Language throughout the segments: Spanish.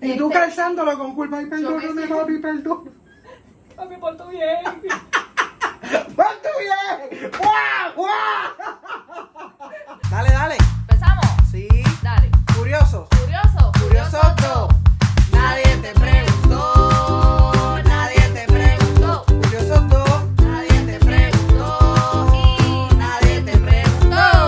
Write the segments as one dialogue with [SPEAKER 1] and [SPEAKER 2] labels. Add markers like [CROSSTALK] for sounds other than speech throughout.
[SPEAKER 1] Y
[SPEAKER 2] Este,
[SPEAKER 1] tú calzándolo con culpa y perdóname,
[SPEAKER 2] siento-
[SPEAKER 1] papi, perdón.
[SPEAKER 2] A mí porto
[SPEAKER 1] [LAUGHS]
[SPEAKER 2] bien.
[SPEAKER 1] ¡Cuánto bien! ¡Guau! ¡Guau!
[SPEAKER 3] Dale, dale.
[SPEAKER 2] Empezamos.
[SPEAKER 3] Sí.
[SPEAKER 2] Dale.
[SPEAKER 3] Curioso.
[SPEAKER 2] Curioso.
[SPEAKER 3] Curioso
[SPEAKER 2] dos.
[SPEAKER 3] dos. Nadie te preguntó. Nadie te preguntó. Curioso dos. Nadie te preguntó.
[SPEAKER 2] Y
[SPEAKER 3] Nadie te preguntó.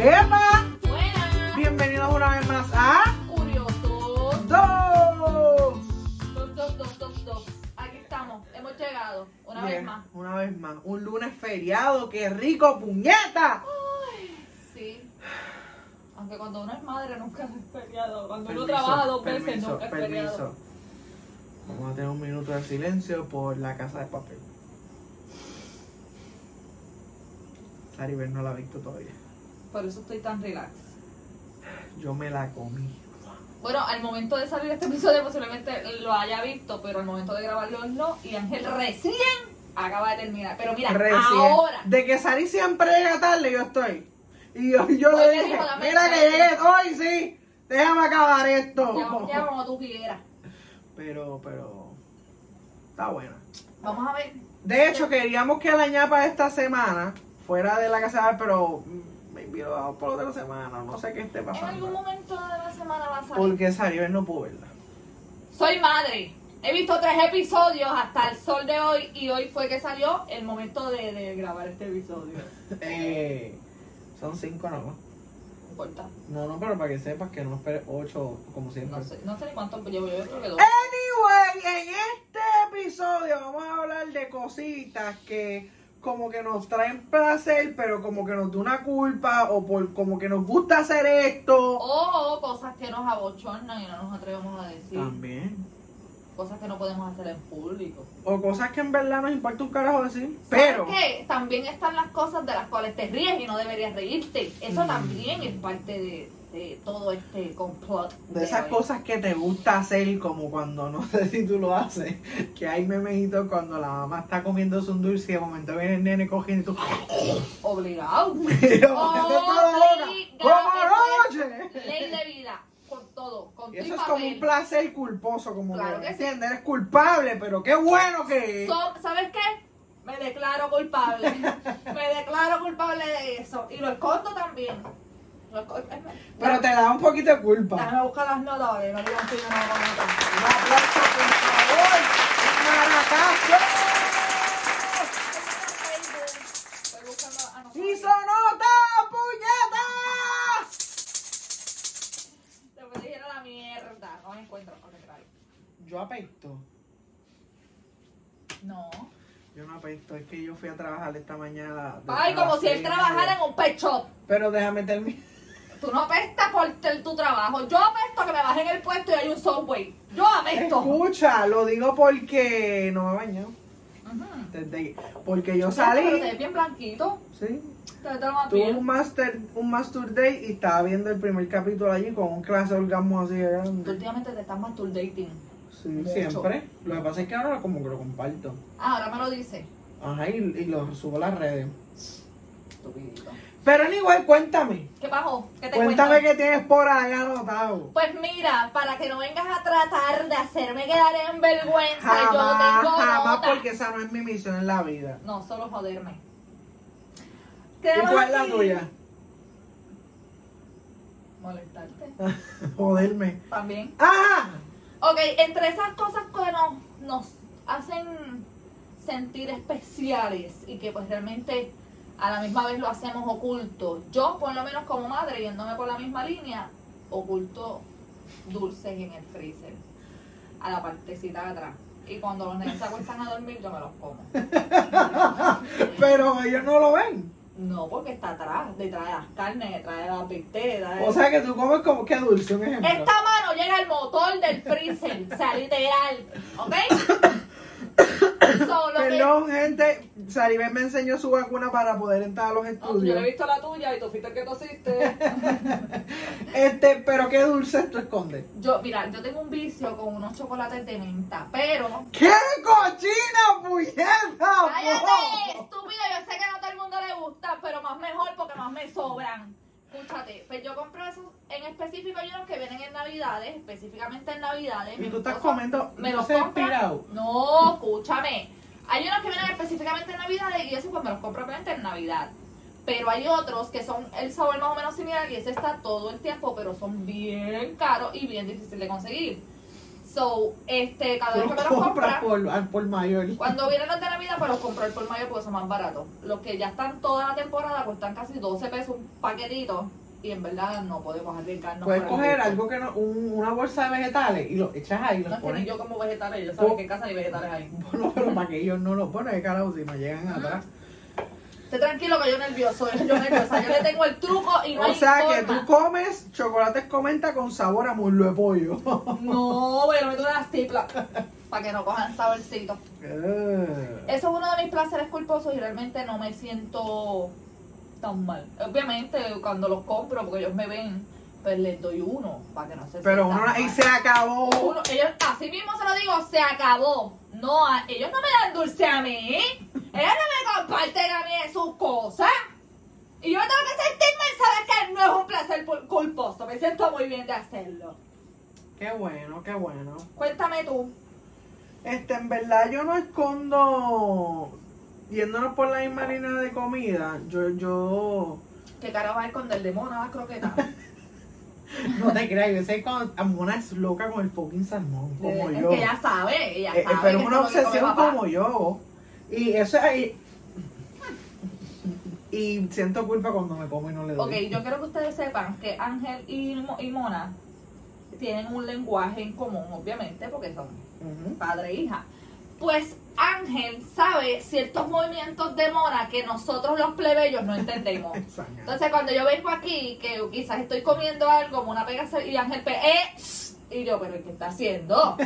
[SPEAKER 1] ¡Epa!
[SPEAKER 2] Buena.
[SPEAKER 1] Bienvenidos una vez más a
[SPEAKER 2] Curioso.
[SPEAKER 1] Dos.
[SPEAKER 2] Dos, dos, dos, dos, dos. Aquí estamos. Hemos llegado. Una
[SPEAKER 1] Bien,
[SPEAKER 2] vez más.
[SPEAKER 1] Una vez más. Un lunes feriado. ¡Qué rico, puñeta!
[SPEAKER 2] Sí. Aunque cuando uno es madre nunca es feriado. Cuando uno
[SPEAKER 1] Permiso,
[SPEAKER 2] trabaja dos veces
[SPEAKER 1] permiso,
[SPEAKER 2] nunca es feriado.
[SPEAKER 1] permiso. Vamos a tener un minuto de silencio por la casa de papel. Saribel no la ha visto todavía.
[SPEAKER 2] Por eso estoy tan relax.
[SPEAKER 1] Yo me la comí.
[SPEAKER 2] Bueno, al momento de salir este episodio posiblemente lo haya visto, pero al momento de grabarlo no. Y Ángel recién acaba de terminar. Pero mira,
[SPEAKER 1] Recién.
[SPEAKER 2] ahora.
[SPEAKER 1] De que Sari siempre llega tarde, yo estoy. Y yo, yo
[SPEAKER 2] Hoy
[SPEAKER 1] le
[SPEAKER 2] me
[SPEAKER 1] dije,
[SPEAKER 2] dijo la
[SPEAKER 1] mira
[SPEAKER 2] mesa".
[SPEAKER 1] que llegué hoy, sí. Déjame acabar esto.
[SPEAKER 2] Ya, ya como tú quieras.
[SPEAKER 1] Pero, pero. Está buena.
[SPEAKER 2] Vamos a ver.
[SPEAKER 1] De hecho, queríamos que la ñapa de esta semana fuera de la casa, pero mm, me envió por otra semana, no sé qué esté
[SPEAKER 2] En algún
[SPEAKER 1] pasando.
[SPEAKER 2] momento de la semana va a salir.
[SPEAKER 1] Porque Saribel no pudo verla.
[SPEAKER 2] Soy madre. He visto tres episodios hasta el sol de hoy y hoy fue que salió el momento de, de grabar este episodio.
[SPEAKER 1] Eh, son cinco nomás.
[SPEAKER 2] No importa.
[SPEAKER 1] No, no, pero para que sepas que no esperes ocho como siempre.
[SPEAKER 2] No sé, no sé ni cuánto llevo, yo creo que dos.
[SPEAKER 1] Eh. Anyway, en este episodio vamos a hablar de cositas que como que nos traen placer, pero como que nos da una culpa o por como que nos gusta hacer esto.
[SPEAKER 2] O cosas que nos abochornan y no nos atrevemos a decir.
[SPEAKER 1] Ah. También.
[SPEAKER 2] Cosas que no podemos hacer en público.
[SPEAKER 1] O cosas que en verdad nos importa un carajo decir. Pero
[SPEAKER 2] ¿Sabes qué? También están las cosas de las cuales te ríes y no deberías reírte. Eso
[SPEAKER 1] Mm.
[SPEAKER 2] también es parte de, de todo este complot.
[SPEAKER 1] de esas
[SPEAKER 2] hoy.
[SPEAKER 1] cosas que te gusta hacer, como cuando no [LAUGHS] sé si tú lo haces, que hay memeitos cuando la mamá está comiendo un dulce y de momento viene el nene cogiendo [LAUGHS] y tú. [LAUGHS]
[SPEAKER 2] Obligado.
[SPEAKER 1] y lo
[SPEAKER 2] Oh,
[SPEAKER 1] metes toda la boca. ¡Como noche!
[SPEAKER 2] Ley de vida. Con todo. Con
[SPEAKER 1] Y
[SPEAKER 2] tu y
[SPEAKER 1] Eso es
[SPEAKER 2] papel.
[SPEAKER 1] como un placer culposo, como
[SPEAKER 2] Claro
[SPEAKER 1] que,
[SPEAKER 2] que sí.
[SPEAKER 1] ¿entiendes? Eres culpable, pero qué bueno que es.
[SPEAKER 2] So- ¿Sabes qué? Me declaro
[SPEAKER 1] [LAUGHS]
[SPEAKER 2] culpable. Me declaro culpable de eso. Y lo escondo también. Lo escondo.
[SPEAKER 1] Pero te da un poquito de culpa.
[SPEAKER 2] Déjame buscar las notas, vale. No digo que yo no hago notas.
[SPEAKER 1] Un aplauso, por favor. Un maracazo.
[SPEAKER 2] Estoy buscando a
[SPEAKER 1] ¡Y
[SPEAKER 2] nosotros.
[SPEAKER 1] sonota, puñetas!
[SPEAKER 2] Después dijeron la mierda. No me encuentro. ok, vale.
[SPEAKER 1] Yo apesto.
[SPEAKER 2] No.
[SPEAKER 1] Yo no apesto, es que yo fui a trabajar esta mañana. desde
[SPEAKER 2] Ay, como
[SPEAKER 1] las
[SPEAKER 2] si él
[SPEAKER 1] seis.
[SPEAKER 2] trabajara en un pet shop.
[SPEAKER 1] Pero déjame terminar.
[SPEAKER 2] Tú no apestas por t- tu trabajo. Yo apesto que me bajen el puesto y hay un subway. Yo apesto.
[SPEAKER 1] Escucha, lo digo porque no me he bañado.
[SPEAKER 2] Ujú.
[SPEAKER 1] Desde- Porque yo
[SPEAKER 2] Pero
[SPEAKER 1] salí.
[SPEAKER 2] te ves bien blanquito.
[SPEAKER 1] Sí,
[SPEAKER 2] Te ves más
[SPEAKER 1] Tuve
[SPEAKER 2] bien.
[SPEAKER 1] un master, un master day y estaba viendo el primer capítulo allí con un clase de orgasmo así de
[SPEAKER 2] Tú
[SPEAKER 1] grande.
[SPEAKER 2] últimamente te estás masturbating.
[SPEAKER 1] Sí,
[SPEAKER 2] Mucho.
[SPEAKER 1] siempre. Lo que pasa es que ahora como que lo comparto.
[SPEAKER 2] Ah, ahora me lo dice.
[SPEAKER 1] Ajá, y, y lo subo a las redes.
[SPEAKER 2] Estupidito.
[SPEAKER 1] Pero igual, cuéntame.
[SPEAKER 2] ¿Qué pasó? ¿Qué te
[SPEAKER 1] Cuéntame
[SPEAKER 2] cuento?
[SPEAKER 1] qué tienes por ahí anotado.
[SPEAKER 2] Pues mira, para que no vengas a tratar de hacerme quedar en vergüenza,
[SPEAKER 1] Jamás,
[SPEAKER 2] yo tengo
[SPEAKER 1] jamás,
[SPEAKER 2] nota.
[SPEAKER 1] porque esa no es mi misión en la vida.
[SPEAKER 2] No, solo joderme.
[SPEAKER 1] ¿Y
[SPEAKER 2] Quedamos
[SPEAKER 1] cuál es la
[SPEAKER 2] aquí.
[SPEAKER 1] tuya?
[SPEAKER 2] Molestarte.
[SPEAKER 1] Joderme.
[SPEAKER 2] También.
[SPEAKER 1] ¡Ajá!
[SPEAKER 2] Ok, entre esas cosas que nos, nos hacen sentir especiales y que pues realmente a la misma vez lo hacemos oculto. Yo, por lo menos como madre, yéndome por la misma línea, oculto dulces en el freezer, a la partecita de atrás. Y cuando los nenes se acuestan a dormir, yo me los como.
[SPEAKER 1] Pero ellos no lo ven.
[SPEAKER 2] No, porque está atrás, detrás de las carnes, detrás de las bistecs, detrás de-
[SPEAKER 1] O sea que tú comes como que dulce, un ejemplo.
[SPEAKER 2] Esta mano llega al motor del freezer, o sea, literal, ¿ok? Solo que...
[SPEAKER 1] Perdón, gente. Saribel me enseñó su vacuna para poder entrar a los
[SPEAKER 2] Ah, yo
[SPEAKER 1] estudios.
[SPEAKER 2] le he visto la tuya y tú fuiste el que tosiste.
[SPEAKER 1] Este, pero qué dulces tú escondes.
[SPEAKER 2] Yo, mira, yo tengo un vicio con unos chocolates de menta, pero...
[SPEAKER 1] ¡Qué cochina, puñeta!
[SPEAKER 2] ¡Cállate,
[SPEAKER 1] po!
[SPEAKER 2] estúpido! Yo sé que no a todo el mundo le gusta, pero más mejor porque más me sobran. Escúchate, pues yo compré esos en específico hay unos que vienen en navidades, específicamente en navidades.
[SPEAKER 1] Y
[SPEAKER 2] mi
[SPEAKER 1] tú estás
[SPEAKER 2] esposo
[SPEAKER 1] comiendo
[SPEAKER 2] me los
[SPEAKER 1] ese
[SPEAKER 2] compra.
[SPEAKER 1] pirao.
[SPEAKER 2] No, escúchame. Hay unos que vienen específicamente en navidades y esos pues me los compro obviamente en navidad. Pero hay otros que son el sabor más o menos similar y ese está todo el tiempo, pero son bien caros y bien difícil de conseguir. So, este, cada
[SPEAKER 1] Tú
[SPEAKER 2] vez
[SPEAKER 1] los
[SPEAKER 2] que me los compra,
[SPEAKER 1] compras pues. por, al por mayor.
[SPEAKER 2] cuando vienen los de Navidad, pues los compré por mayor porque son más baratos. Los que ya están toda la temporada cuestan casi 12 pesos un paquetito. Y en verdad no podemos arriesgarnos.
[SPEAKER 1] Puedes
[SPEAKER 2] por el
[SPEAKER 1] coger
[SPEAKER 2] gusto.
[SPEAKER 1] algo que no, un- una bolsa de vegetales y los echas ahí y
[SPEAKER 2] No
[SPEAKER 1] los
[SPEAKER 2] es que ni
[SPEAKER 1] [LAUGHS] pones.
[SPEAKER 2] yo como vegetales, yo sabes
[SPEAKER 1] Oh.
[SPEAKER 2] que en casa ni vegetales hay.
[SPEAKER 1] Bueno, pero para que ellos no los ponen, es carajo, si me llegan atrás.
[SPEAKER 2] Esté tranquilo que yo nervioso, [LAUGHS] yo nerviosa. Yo le tengo el truco y no
[SPEAKER 1] O
[SPEAKER 2] hay
[SPEAKER 1] sea que
[SPEAKER 2] forma.
[SPEAKER 1] tú comes chocolates comenta con sabor a muslo de pollo. [LAUGHS]
[SPEAKER 2] No, pero me tuve las ciplas. Para que no cojan saborcito.
[SPEAKER 1] Eh.
[SPEAKER 2] Eso es uno de mis placeres culposos y realmente no me siento tan mal. Obviamente, cuando los compro, porque ellos me ven, pues les doy uno para que no se
[SPEAKER 1] Pero
[SPEAKER 2] sientan
[SPEAKER 1] uno ahí
[SPEAKER 2] mal.
[SPEAKER 1] se acabó.
[SPEAKER 2] Uno- ellos, así mismo se lo digo, se acabó. No, a- ellos no me dan dulce a mí. Ellos no me comparten a mí de sus cosas. Y yo tengo que sentirme y saber que no es un placer pul- culposo. Me siento muy bien de hacerlo.
[SPEAKER 1] Qué bueno, qué bueno.
[SPEAKER 2] Cuéntame tú.
[SPEAKER 1] Este, en verdad yo no escondo yéndonos por la misma línea de comida. Yo, yo
[SPEAKER 2] ¿Qué cara va a esconder de mona las croquetas?
[SPEAKER 1] no te creas, yo sé cuando Amona es loca con el fucking salmón, [LAUGHS] como
[SPEAKER 2] es
[SPEAKER 1] yo.
[SPEAKER 2] que ella sabe, ella
[SPEAKER 1] Eh, eh,
[SPEAKER 2] sabe.
[SPEAKER 1] pero
[SPEAKER 2] que
[SPEAKER 1] es una
[SPEAKER 2] eso es lo que come
[SPEAKER 1] obsesión
[SPEAKER 2] papá.
[SPEAKER 1] como yo. Y eso es ahí. Y siento culpa cuando me como y no le doy.
[SPEAKER 2] Ok, yo quiero que ustedes sepan que Ángel y, Mo- y Mona tienen un lenguaje en común, obviamente, porque son
[SPEAKER 1] Ujú.
[SPEAKER 2] padre e hija. Pues Ángel sabe ciertos movimientos de Mona que nosotros los plebeyos no entendemos.
[SPEAKER 1] Exacto.
[SPEAKER 2] Entonces cuando yo vengo aquí, que quizás estoy comiendo algo, Mona pega se- y Ángel pe ¡eh! ps! Y yo, ¿pero qué está
[SPEAKER 1] [LAUGHS]
[SPEAKER 2] haciendo?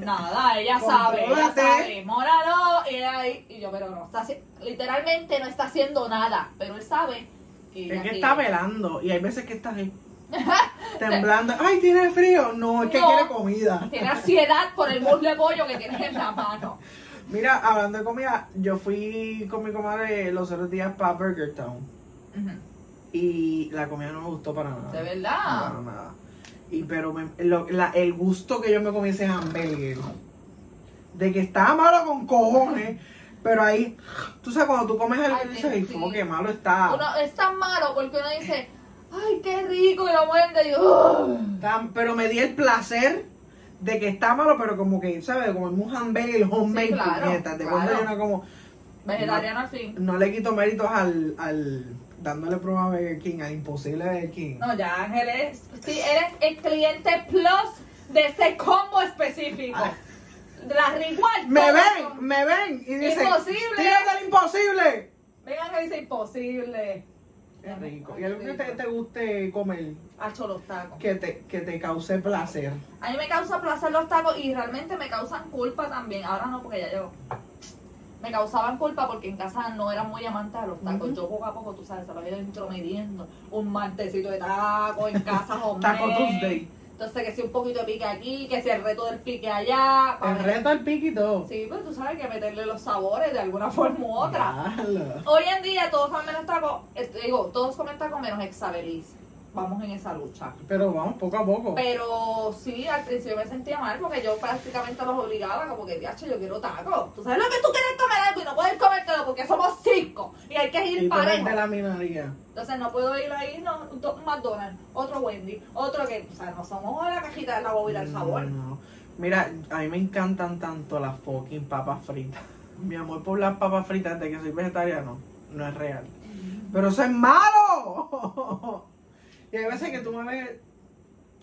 [SPEAKER 2] Nada, ella sabe, ella
[SPEAKER 1] Contrólate.
[SPEAKER 2] sabe. Mona no, y, ella ahí- y yo, pero no está haci- literalmente no está haciendo nada, pero él sabe que... ella
[SPEAKER 1] Es que
[SPEAKER 2] quiere.
[SPEAKER 1] está velando y hay veces que
[SPEAKER 2] [LAUGHS]
[SPEAKER 1] está ahí temblando. Ay, tiene frío. No, es que
[SPEAKER 2] No.
[SPEAKER 1] quiere comida.
[SPEAKER 2] Tiene ansiedad por el muslo de pollo que tienes en la mano.
[SPEAKER 1] Mira, hablando de comida, yo fui con mi comadre los otros días para Burger Town
[SPEAKER 2] Ujú.
[SPEAKER 1] y la comida no me gustó para nada.
[SPEAKER 2] De
[SPEAKER 1] No,
[SPEAKER 2] verdad.
[SPEAKER 1] para nada. Y pero me- lo- la- el gusto que yo me comí ese hamburger, de que estaba malo con cojones, pero ahí, tú sabes, cuando tú comes algo
[SPEAKER 2] Ay,
[SPEAKER 1] y dices, ay,
[SPEAKER 2] sí.
[SPEAKER 1] fo, qué malo está.
[SPEAKER 2] Uno es tan malo porque uno dice, ay, qué rico, y lo muerde y yo,
[SPEAKER 1] Tan- pero me di el placer de que está malo, pero como que, ¿sabes? Como un hamburger homemade,
[SPEAKER 2] Sí, claro,
[SPEAKER 1] puñeta. De
[SPEAKER 2] claro.
[SPEAKER 1] cuando yo no como,
[SPEAKER 2] vegetariano al fin.
[SPEAKER 1] no le quito méritos al, al dándole prueba a Burger King, al imposible Burger King.
[SPEAKER 2] No, ya Ángel es, sí, eres el cliente plus de ese combo específico. La rigual.
[SPEAKER 1] Me
[SPEAKER 2] todo
[SPEAKER 1] ven,
[SPEAKER 2] con-
[SPEAKER 1] me ven y dicen,
[SPEAKER 2] Imposible.
[SPEAKER 1] ¡Tírate al imposible!
[SPEAKER 2] Ven Ángel dice imposible.
[SPEAKER 1] Es rico. Y algo que te, te guste comer,
[SPEAKER 2] Hacho los tacos.
[SPEAKER 1] que te, que te cause placer.
[SPEAKER 2] A mí me causa placer los tacos y realmente me causan culpa también. Ahora no, porque ya yo. Me causaban culpa porque en casa no eran muy amantes de los tacos.
[SPEAKER 1] Ujú.
[SPEAKER 2] Yo poco a poco, tú sabes, se los he ido intrometiendo. Un martesito de tacos en casa,
[SPEAKER 1] [LAUGHS]
[SPEAKER 2] hombre.
[SPEAKER 1] Taco Tuesday.
[SPEAKER 2] Entonces, que si un poquito de pique aquí, que si el reto del pique allá. pa'
[SPEAKER 1] El
[SPEAKER 2] ver-
[SPEAKER 1] reto al pique y todo.
[SPEAKER 2] Sí, pero tú sabes que meterle los sabores de alguna [LAUGHS] forma u otra.
[SPEAKER 1] Diablo.
[SPEAKER 2] Hoy en día todos comen menos tacos. eh, digo, todos comen tacos menos Exabelis. Vamos en esa lucha.
[SPEAKER 1] Pero vamos poco a poco.
[SPEAKER 2] Pero sí, al principio me sentía mal porque yo prácticamente los obligaba, como que, diacho, yo quiero tacos. Tú sabes lo que tú quieres comer algo y no puedes comértelo porque somos cinco y hay que ir
[SPEAKER 1] Y tú eres de
[SPEAKER 2] parejo.
[SPEAKER 1] la minoría.
[SPEAKER 2] Entonces no puedo ir ahí, no, un do- un McDonald's, otro Wendy, otro que, o sea, no somos la cajita de la bobina al favor.
[SPEAKER 1] Mm, No. Mira, a mí me encantan tanto las fucking papas fritas. [LAUGHS] Mi amor por las papas fritas desde que soy vegetariano no es real. Pero eso es malo. [LAUGHS] Y hay veces que tú me ves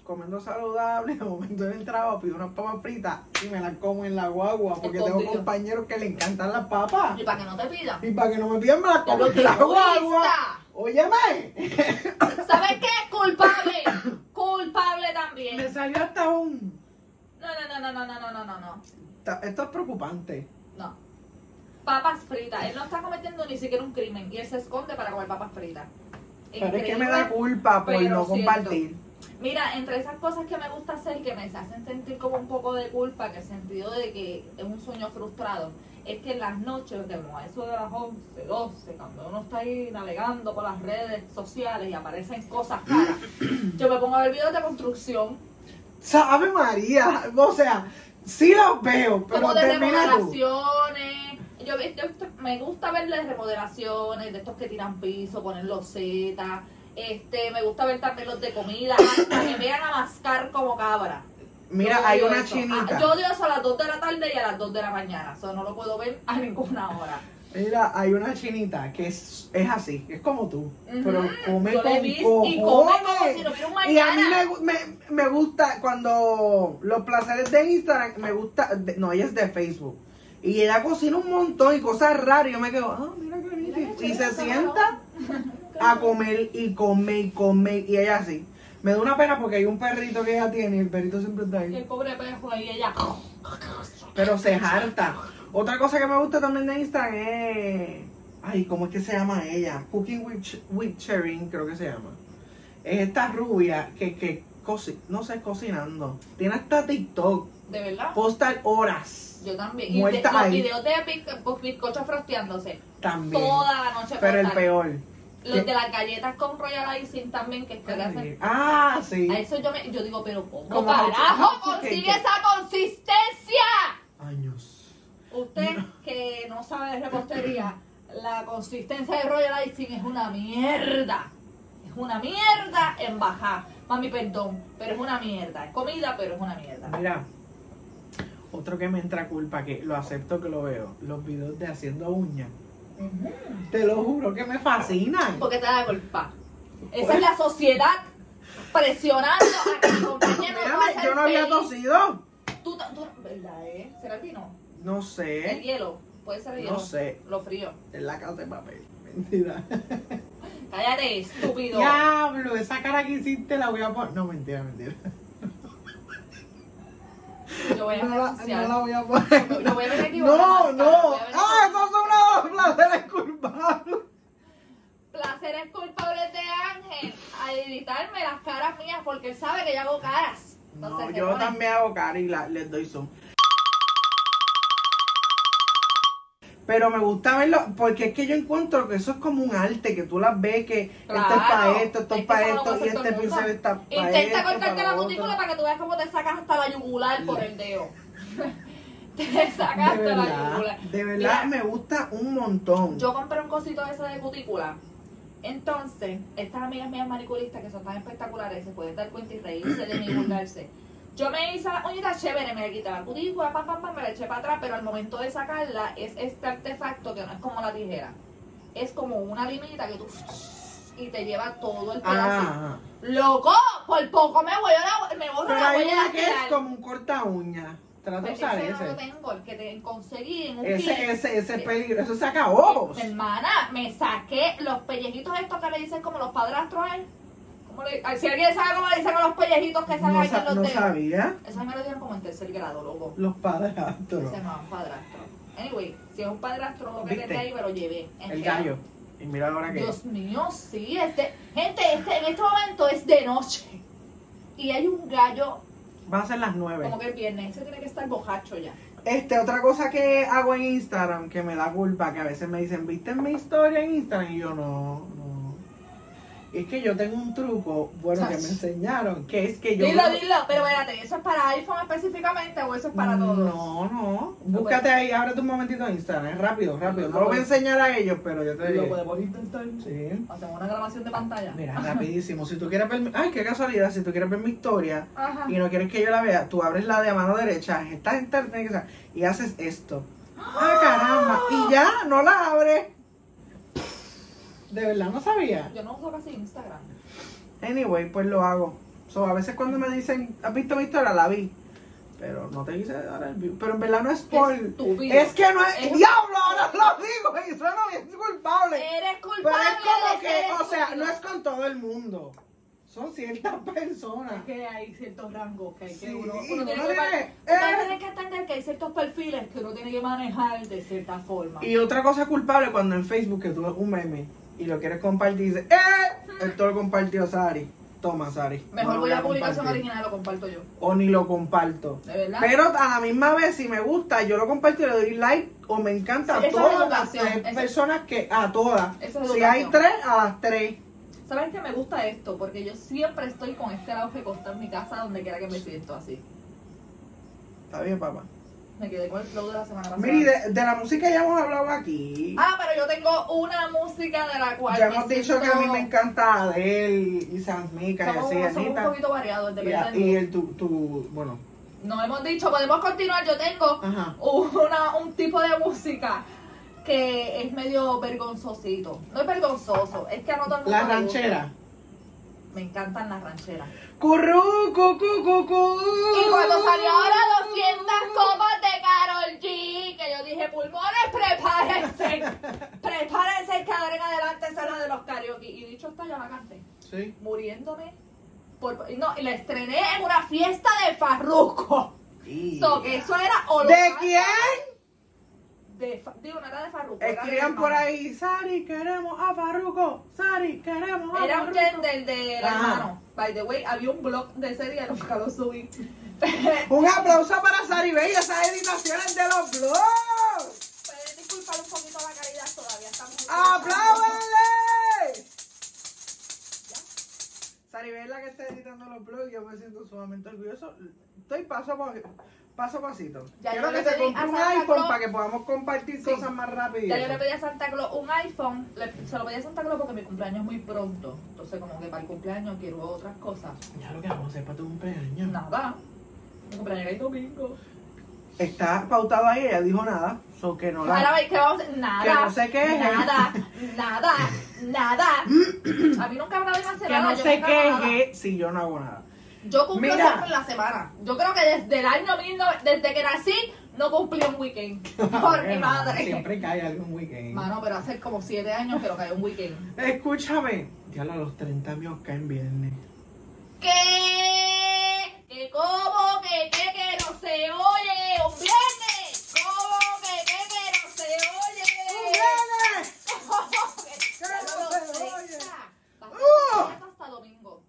[SPEAKER 1] comiendo saludable, de momento del trabajo pido unas papas fritas y me las como en la guagua porque tengo
[SPEAKER 2] Escondido.
[SPEAKER 1] compañeros que le encantan las papas.
[SPEAKER 2] Y para que no te pidan.
[SPEAKER 1] Y para que no me pidan, me las como
[SPEAKER 2] Pero
[SPEAKER 1] en la
[SPEAKER 2] qué
[SPEAKER 1] guagua.
[SPEAKER 2] egoísta.
[SPEAKER 1] Óyeme,
[SPEAKER 2] ¿Sabes qué?
[SPEAKER 1] [LAUGHS]
[SPEAKER 2] Culpable. Culpable también.
[SPEAKER 1] me salió hasta un...
[SPEAKER 2] No, no, no, no, no, no, no, no, no.
[SPEAKER 1] ta- Esto es preocupante.
[SPEAKER 2] No. Papas fritas. Él no está cometiendo ni siquiera un crimen. Y él se esconde para comer papas fritas.
[SPEAKER 1] Pero es que
[SPEAKER 2] Increíble.
[SPEAKER 1] me da culpa por
[SPEAKER 2] pero
[SPEAKER 1] no
[SPEAKER 2] siento.
[SPEAKER 1] compartir.
[SPEAKER 2] Mira, entre esas cosas que me gusta hacer que me hacen sentir como un poco de culpa, que el sentido de que es un sueño frustrado, es que en las noches, de como a eso de las 11, 12, cuando uno está ahí navegando por las redes sociales y aparecen cosas raras, yo me pongo a ver videos de construcción,
[SPEAKER 1] Sabe María, o sea, sí los veo, pero
[SPEAKER 2] como de
[SPEAKER 1] termina tú.
[SPEAKER 2] remodelaciones. Yo, vi- yo- me gusta ver de remodelaciones, de estos que tiran piso, ponen losetas. Este, me gusta ver también los de comida, hasta que vean a mascar como cabra.
[SPEAKER 1] Mira,
[SPEAKER 2] Yo
[SPEAKER 1] hay
[SPEAKER 2] odio
[SPEAKER 1] una
[SPEAKER 2] eso.
[SPEAKER 1] chinita.
[SPEAKER 2] Ah, yo odio eso a las 2 de la tarde y a las 2 de la mañana. Eso no lo puedo ver a ninguna hora.
[SPEAKER 1] Mira, hay una chinita que es, es así, es como tú, pero
[SPEAKER 2] Ujú.
[SPEAKER 1] come
[SPEAKER 2] Yo
[SPEAKER 1] con
[SPEAKER 2] la he visto y come como si no hubiera un
[SPEAKER 1] cojones. Y a mí
[SPEAKER 2] mañana.
[SPEAKER 1] me, gu- me, me gusta cuando los placeres de Instagram, me gusta, de- no, ella es de Facebook. Y ella cocina un montón y cosas raras. Y yo me quedo, ah, mira qué
[SPEAKER 2] Mira
[SPEAKER 1] bonito.
[SPEAKER 2] qué
[SPEAKER 1] Y
[SPEAKER 2] chévere,
[SPEAKER 1] se
[SPEAKER 2] está
[SPEAKER 1] sienta a comer y come y come. Y ella así. Me da una pena porque hay un perrito que ella tiene y el perrito siempre está
[SPEAKER 2] Y
[SPEAKER 1] ahí.
[SPEAKER 2] el pobre pejo ahí, ella.
[SPEAKER 1] Pero se harta. Otra cosa que me gusta también de Instagram es. Ay, ¿cómo es que se llama ella? Cooking with, Ch- with Sharing, creo que se llama. Es esta rubia que, que coci- no sé, cocinando. Tiene hasta TikTok.
[SPEAKER 2] De verdad.
[SPEAKER 1] Postar horas
[SPEAKER 2] Yo también. Y de,
[SPEAKER 1] Muerta
[SPEAKER 2] los
[SPEAKER 1] ahí.
[SPEAKER 2] videos de pic- pues, bizcochos frosteándose.
[SPEAKER 1] también.
[SPEAKER 2] Toda la noche.
[SPEAKER 1] Pero el
[SPEAKER 2] postal.
[SPEAKER 1] peor.
[SPEAKER 2] Los de las galletas con Royal Icing también, que es que le hacen.
[SPEAKER 1] Ah, sí.
[SPEAKER 2] A eso yo me. Yo digo, pero ¿cómo,
[SPEAKER 1] Como
[SPEAKER 2] carajo
[SPEAKER 1] los-
[SPEAKER 2] consigue esa consistencia?
[SPEAKER 1] Años.
[SPEAKER 2] Usted que no sabe de repostería, la consistencia de Royal Icing es una mierda. Es una mierda en bajar. Mami, perdón, pero es una mierda. Es comida, pero es una mierda.
[SPEAKER 1] Mira, otro que me entra culpa, que lo acepto que lo veo. Los videos de haciendo uñas.
[SPEAKER 2] Ujú.
[SPEAKER 1] Te lo juro que me fascinan.
[SPEAKER 2] Porque te da culpa. Esa es la
[SPEAKER 1] Pues-
[SPEAKER 2] sociedad presionando a que el
[SPEAKER 1] [COUGHS]
[SPEAKER 2] compañero
[SPEAKER 1] Mírame,
[SPEAKER 2] no va a ser
[SPEAKER 1] yo no había
[SPEAKER 2] feliz.
[SPEAKER 1] tosido.
[SPEAKER 2] Tú, ta- tú- ¿Verdad, eh? ¿Será el vino?
[SPEAKER 1] No
[SPEAKER 2] El
[SPEAKER 1] sé.
[SPEAKER 2] hielo. Puede ser el hielo.
[SPEAKER 1] No sé.
[SPEAKER 2] Lo frío.
[SPEAKER 1] En la casa de papel. Mentira.
[SPEAKER 2] Cállate, estúpido.
[SPEAKER 1] Diablo, esa cara que hiciste la voy a poner. No, mentira, mentira.
[SPEAKER 2] Yo voy a
[SPEAKER 1] No la, no
[SPEAKER 2] renunciar.
[SPEAKER 1] la voy a poner.
[SPEAKER 2] Lo- lo voy a ver aquí, voy a
[SPEAKER 1] [LAUGHS] No,
[SPEAKER 2] ver
[SPEAKER 1] no.
[SPEAKER 2] más tarde, voy a ver
[SPEAKER 1] Ah,
[SPEAKER 2] aquí.
[SPEAKER 1] esos son los placeres culpables.
[SPEAKER 2] Placeres culpables de Ángel a editarme las caras mías porque él sabe que yo hago caras. Entonces,
[SPEAKER 1] No,
[SPEAKER 2] se
[SPEAKER 1] yo
[SPEAKER 2] pone-
[SPEAKER 1] también hago cara y la- les doy zoom. Pero me gusta verlo porque es que yo encuentro que eso es como un arte, que tú las ves que esto es
[SPEAKER 2] Claro,
[SPEAKER 1] para esto, esto es,
[SPEAKER 2] es que
[SPEAKER 1] para
[SPEAKER 2] eso no lo
[SPEAKER 1] esto
[SPEAKER 2] hace
[SPEAKER 1] y
[SPEAKER 2] todo
[SPEAKER 1] este
[SPEAKER 2] el mundo.
[SPEAKER 1] pincel está para
[SPEAKER 2] Intenta
[SPEAKER 1] esto,
[SPEAKER 2] cortarte
[SPEAKER 1] para
[SPEAKER 2] la
[SPEAKER 1] lo
[SPEAKER 2] cutícula
[SPEAKER 1] otro.
[SPEAKER 2] para que tú veas cómo te sacas hasta la yugular por el dedo. [LAUGHS] te sacas
[SPEAKER 1] De
[SPEAKER 2] hasta la
[SPEAKER 1] verdad,
[SPEAKER 2] yugular.
[SPEAKER 1] de verdad
[SPEAKER 2] Mira,
[SPEAKER 1] me gusta un montón.
[SPEAKER 2] Yo compré un cosito de ese de cutícula. Entonces, estas amigas mías manicuristas que son tan espectaculares, se pueden dar cuenta y reírse de mí
[SPEAKER 1] [CLEARS THROAT]
[SPEAKER 2] y burlarse. Yo me hice la uñita chévere, me le quité la cutícula, pam, pam, pam, me la eché para atrás, pero al momento de sacarla es este artefacto que no es como la tijera. Es como una limita que tú y te lleva todo el pedacito.
[SPEAKER 1] Ah,
[SPEAKER 2] ¡Loco! Por poco me voy a la, me borro
[SPEAKER 1] pero
[SPEAKER 2] la
[SPEAKER 1] hay
[SPEAKER 2] huella
[SPEAKER 1] una que es
[SPEAKER 2] dactilar.
[SPEAKER 1] como un corta uña. Trata de
[SPEAKER 2] Pues
[SPEAKER 1] usar
[SPEAKER 2] ese no lo
[SPEAKER 1] ese.
[SPEAKER 2] tengo, el que te conseguí en un
[SPEAKER 1] Ese,
[SPEAKER 2] kit.
[SPEAKER 1] ese, ese es
[SPEAKER 2] Eh,
[SPEAKER 1] peligro, eso saca ojos.
[SPEAKER 2] Mi Pues, hermana, me saqué los pellejitos estos que le dicen como los padrastros a él. ¿Cómo le- ay, si alguien sabe cómo le dicen a los pellejitos que sacan
[SPEAKER 1] No,
[SPEAKER 2] aquí en
[SPEAKER 1] sa-
[SPEAKER 2] los
[SPEAKER 1] no
[SPEAKER 2] dedos.
[SPEAKER 1] sabía
[SPEAKER 2] Eso a mí me lo dieron como en tercer grado, loco.
[SPEAKER 1] los
[SPEAKER 2] Se
[SPEAKER 1] padrastros.
[SPEAKER 2] llamaban padrastro. Anyway, si es un padrastro, lo que
[SPEAKER 1] ¿Viste?
[SPEAKER 2] tenía ahí me lo llevé.
[SPEAKER 1] El
[SPEAKER 2] Entero.
[SPEAKER 1] gallo. Y mira ahora que.
[SPEAKER 2] Dios mío, sí, este, gente, este, en este momento es de noche. Y hay un gallo
[SPEAKER 1] Va a ser las 9.
[SPEAKER 2] Como que el viernes ese tiene que estar bojacho ya.
[SPEAKER 1] Este, otra cosa que hago en Instagram que me da culpa, que a veces me dicen, ¿viste mi historia en Instagram? Y yo no, no. Es que yo tengo un truco, bueno, que me enseñaron, que es que yo.
[SPEAKER 2] Dilo, dilo, pero espérate, ¿eso es para iPhone específicamente o eso es para todos?
[SPEAKER 1] Mm, No, no. Búscate ahí, ábrete un momentito en Instagram, es rápido, rápido.
[SPEAKER 2] Ah,
[SPEAKER 1] No lo voy a enseñar a ellos, pero yo te
[SPEAKER 2] Lo
[SPEAKER 1] digo.
[SPEAKER 2] podemos intentar.
[SPEAKER 1] Sí.
[SPEAKER 2] Hacemos una grabación de pantalla.
[SPEAKER 1] Mira, rapidísimo. Si tú quieres ver. mi- Ay, qué casualidad. Si tú quieres ver mi historia
[SPEAKER 2] Ajá.
[SPEAKER 1] y no quieres que yo la vea, tú abres la de mano derecha, estás en Instagram, tiene que ser, y haces esto. ¡Ah, caramba! Y ya, no la abres. De verdad, no sabía.
[SPEAKER 2] Yo no uso casi Instagram.
[SPEAKER 1] Anyway, pues lo hago. So, a veces cuando me dicen, ¿has visto mi historia? La vi. Pero no te quise dar el view. Pero en verdad no es por.
[SPEAKER 2] estúpido.
[SPEAKER 1] Es que no es.
[SPEAKER 2] Es-
[SPEAKER 1] ¡Diablo! Ahora lo digo. Y suena bien culpable.
[SPEAKER 2] Eres
[SPEAKER 1] Pero
[SPEAKER 2] culpable
[SPEAKER 1] es como
[SPEAKER 2] de
[SPEAKER 1] que,
[SPEAKER 2] ser
[SPEAKER 1] o sea,
[SPEAKER 2] estúpido.
[SPEAKER 1] no es con todo el mundo. Son ciertas personas.
[SPEAKER 2] Es que hay ciertos rangos que hay que
[SPEAKER 1] Sí,
[SPEAKER 2] uno,
[SPEAKER 1] uno
[SPEAKER 2] uno tiene
[SPEAKER 1] tiene-
[SPEAKER 2] que
[SPEAKER 1] eh.
[SPEAKER 2] uno tiene que entender que hay ciertos perfiles que uno tiene que manejar de cierta forma.
[SPEAKER 1] Y otra cosa culpable cuando en Facebook que tú ves un meme y lo quieres compartir, dices, ¡eh! Esto lo compartió Sari. Toma, Sari. no
[SPEAKER 2] Mejor
[SPEAKER 1] lo
[SPEAKER 2] voy a publicación
[SPEAKER 1] compartir.
[SPEAKER 2] original, lo comparto yo.
[SPEAKER 1] O ni lo comparto.
[SPEAKER 2] ¿De verdad?
[SPEAKER 1] Pero a la misma vez, si me gusta, yo lo comparto y le doy like o me
[SPEAKER 2] Sí,
[SPEAKER 1] encanta
[SPEAKER 2] esa
[SPEAKER 1] a
[SPEAKER 2] es
[SPEAKER 1] todas las
[SPEAKER 2] educación,
[SPEAKER 1] tres
[SPEAKER 2] esa-
[SPEAKER 1] personas que, a todas.
[SPEAKER 2] Esa es
[SPEAKER 1] si hay
[SPEAKER 2] educación.
[SPEAKER 1] tres, a las tres.
[SPEAKER 2] ¿Sabes que me gusta esto? Porque yo siempre estoy con este lado que está en mi casa, donde quiera que me siento así.
[SPEAKER 1] Está bien, papá.
[SPEAKER 2] Me quedé con el flow de la semana pasada.
[SPEAKER 1] Mira, y de, de la música ya hemos hablado aquí.
[SPEAKER 2] Ah, pero yo tengo una música de la cual.
[SPEAKER 1] ya
[SPEAKER 2] me
[SPEAKER 1] hemos dicho
[SPEAKER 2] siento-
[SPEAKER 1] que a mí me encanta Adele y Sam Smith, y
[SPEAKER 2] Somos,
[SPEAKER 1] así,
[SPEAKER 2] somos un
[SPEAKER 1] Anita.
[SPEAKER 2] poquito variados,
[SPEAKER 1] Y, a-
[SPEAKER 2] depende
[SPEAKER 1] y
[SPEAKER 2] del
[SPEAKER 1] el tu, tu, bueno,
[SPEAKER 2] No hemos dicho, podemos continuar. Yo tengo
[SPEAKER 1] Ajá.
[SPEAKER 2] una, un tipo de música que es medio vergonzosito. No es vergonzoso, es que a no todo el mundo
[SPEAKER 1] la
[SPEAKER 2] le
[SPEAKER 1] ranchera.
[SPEAKER 2] gusta. Me encantan las rancheras.
[SPEAKER 1] Curru, cu, cu, cu, cu.
[SPEAKER 2] Y cuando salió ahora 200 copos de Carol G, que yo dije, pulmones,
[SPEAKER 1] [LAUGHS]
[SPEAKER 2] prepárense. prepárense que ahora en adelante es hora de los karaoke. Y dicho está, ya la canté.
[SPEAKER 1] Sí.
[SPEAKER 2] Muriéndome. Por, no, y la estrené en una fiesta de Farruko.
[SPEAKER 1] Sí.
[SPEAKER 2] So, que eso era o lo
[SPEAKER 1] ¿De
[SPEAKER 2] cantas-
[SPEAKER 1] quién?
[SPEAKER 2] De, Fa- digo, no era de Farruko. era de
[SPEAKER 1] Escriban
[SPEAKER 2] Farruko.
[SPEAKER 1] por ahí, Sari, queremos a Farruko. Sari, queremos a
[SPEAKER 2] Era un
[SPEAKER 1] Farruko.
[SPEAKER 2] gen del, del
[SPEAKER 1] Ajá.
[SPEAKER 2] hermano. By the way, había un blog de ese día, nunca lo
[SPEAKER 1] [LAUGHS]
[SPEAKER 2] subí.
[SPEAKER 1] Un aplauso para Sari Bella, esas editaciones de los blogs.
[SPEAKER 2] Pueden disculpar un poquito la calidad, todavía estamos...
[SPEAKER 1] ¡Apláudenle! Sari Bella que está editando los blogs, yo me siento sumamente orgulloso. Estoy paso a paso. Paso a pasito.
[SPEAKER 2] Ya
[SPEAKER 1] Quiero
[SPEAKER 2] yo le
[SPEAKER 1] que te
[SPEAKER 2] pedí
[SPEAKER 1] compre
[SPEAKER 2] a
[SPEAKER 1] un
[SPEAKER 2] Santa
[SPEAKER 1] iPhone
[SPEAKER 2] Claus.
[SPEAKER 1] para que podamos compartir
[SPEAKER 2] Sí.
[SPEAKER 1] cosas más rápido.
[SPEAKER 2] Ya yo le pedí a Santa Claus un iPhone, le- se lo pedí a Santa Claus porque mi cumpleaños es muy pronto. Entonces, como que para el cumpleaños quiero otras cosas.
[SPEAKER 1] Ya lo que vamos a hacer para tu cumpleaños.
[SPEAKER 2] Nada. Mi cumpleaños es el domingo.
[SPEAKER 1] Está pautado ahí, ella dijo nada. So que no la.
[SPEAKER 2] Ahora veis que vamos a hacer? Nada.
[SPEAKER 1] Que no se quejen.
[SPEAKER 2] Nada, nada,
[SPEAKER 1] [CLEARS THROAT]
[SPEAKER 2] nada. A mí nunca me la demasiado.
[SPEAKER 1] que no se queje si yo no hago nada.
[SPEAKER 2] Yo cumplo
[SPEAKER 1] Mira.
[SPEAKER 2] siempre la semana. Yo creo que desde el año 19, desde que nací, no cumplí un
[SPEAKER 1] [LAUGHS]
[SPEAKER 2] weekend. [LAUGHS] Por mi
[SPEAKER 1] Bueno,
[SPEAKER 2] madre.
[SPEAKER 1] Siempre cae algún weekend.
[SPEAKER 2] Mano, pero hace como 7 años que no cae un weekend.
[SPEAKER 1] Escúchame. Ya a los 30 míos caen viernes.
[SPEAKER 2] ¿Qué? ¿Qué cómo? ¿Qué qué que no se oye? ¡Un viernes! ¿Cómo? ¿Qué qué que no se oye?
[SPEAKER 1] ¡Viernes!
[SPEAKER 2] [LAUGHS] ¿Cómo que
[SPEAKER 1] no se oye? Uh.
[SPEAKER 2] Bastante, hasta domingo.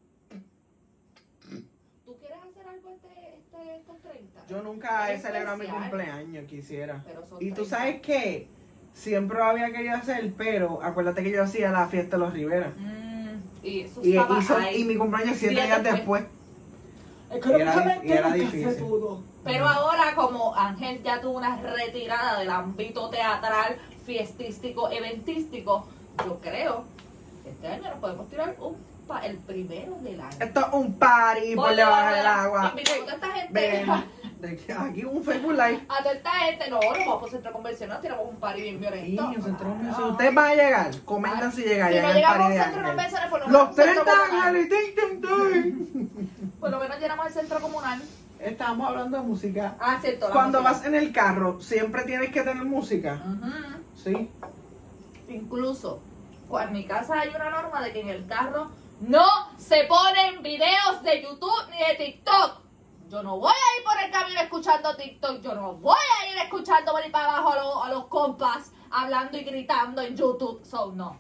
[SPEAKER 2] ¿Tú quieres hacer algo este, este, estos 30?
[SPEAKER 1] Yo nunca he
[SPEAKER 2] Es
[SPEAKER 1] celebrado mi
[SPEAKER 2] especial.
[SPEAKER 1] cumpleaños, quisiera.
[SPEAKER 2] Pero son
[SPEAKER 1] Y tú
[SPEAKER 2] 30.
[SPEAKER 1] sabes qué? Siempre lo había querido hacer, pero acuérdate que yo hacía la fiesta de los Rivera.
[SPEAKER 2] Mm, y eso
[SPEAKER 1] Y,
[SPEAKER 2] estaba
[SPEAKER 1] y son-
[SPEAKER 2] ahí.
[SPEAKER 1] y mi cumpleaños siete
[SPEAKER 2] Días
[SPEAKER 1] días
[SPEAKER 2] después.
[SPEAKER 1] después. Económicamente y era di- y era nunca se difícil.
[SPEAKER 2] Pero ahora, como Ángel ya tuvo una retirada del ámbito teatral, fiestístico, eventístico, yo creo que este año nos podemos tirar un pa- el primero del año.
[SPEAKER 1] Esto es un party por debajo del agua.
[SPEAKER 2] Invitamos a toda esta gente.
[SPEAKER 1] Ven, de que- aquí un Facebook Live.
[SPEAKER 2] A toda esta gente, no, nos vamos por centro convencional, tiramos un party bien violento.
[SPEAKER 1] Niños, centro
[SPEAKER 2] Ah.
[SPEAKER 1] convencional. Ustedes van a llegar, comentan si llegan.
[SPEAKER 2] Si no
[SPEAKER 1] llegan al
[SPEAKER 2] llegamos
[SPEAKER 1] party
[SPEAKER 2] a
[SPEAKER 1] de
[SPEAKER 2] un centro
[SPEAKER 1] Ángel.
[SPEAKER 2] convencional, por lo menos
[SPEAKER 1] Los
[SPEAKER 2] un centro
[SPEAKER 1] 30
[SPEAKER 2] comunal.
[SPEAKER 1] ángeles, tin, tin, tin.
[SPEAKER 2] Por lo menos llenamos el centro comunal.
[SPEAKER 1] Estábamos hablando de música.
[SPEAKER 2] Ah, cierto. la
[SPEAKER 1] Cuando
[SPEAKER 2] música.
[SPEAKER 1] vas en el carro, siempre tienes que tener música.
[SPEAKER 2] Ujú.
[SPEAKER 1] ¿Sí?
[SPEAKER 2] Incluso, cu- en mi casa hay una norma de que en el carro no se ponen videos de YouTube ni de TikTok. Yo no voy a ir por el camino escuchando TikTok. Yo no voy a ir escuchando por ahí para abajo a, los- a los compas hablando y gritando en YouTube. So, no.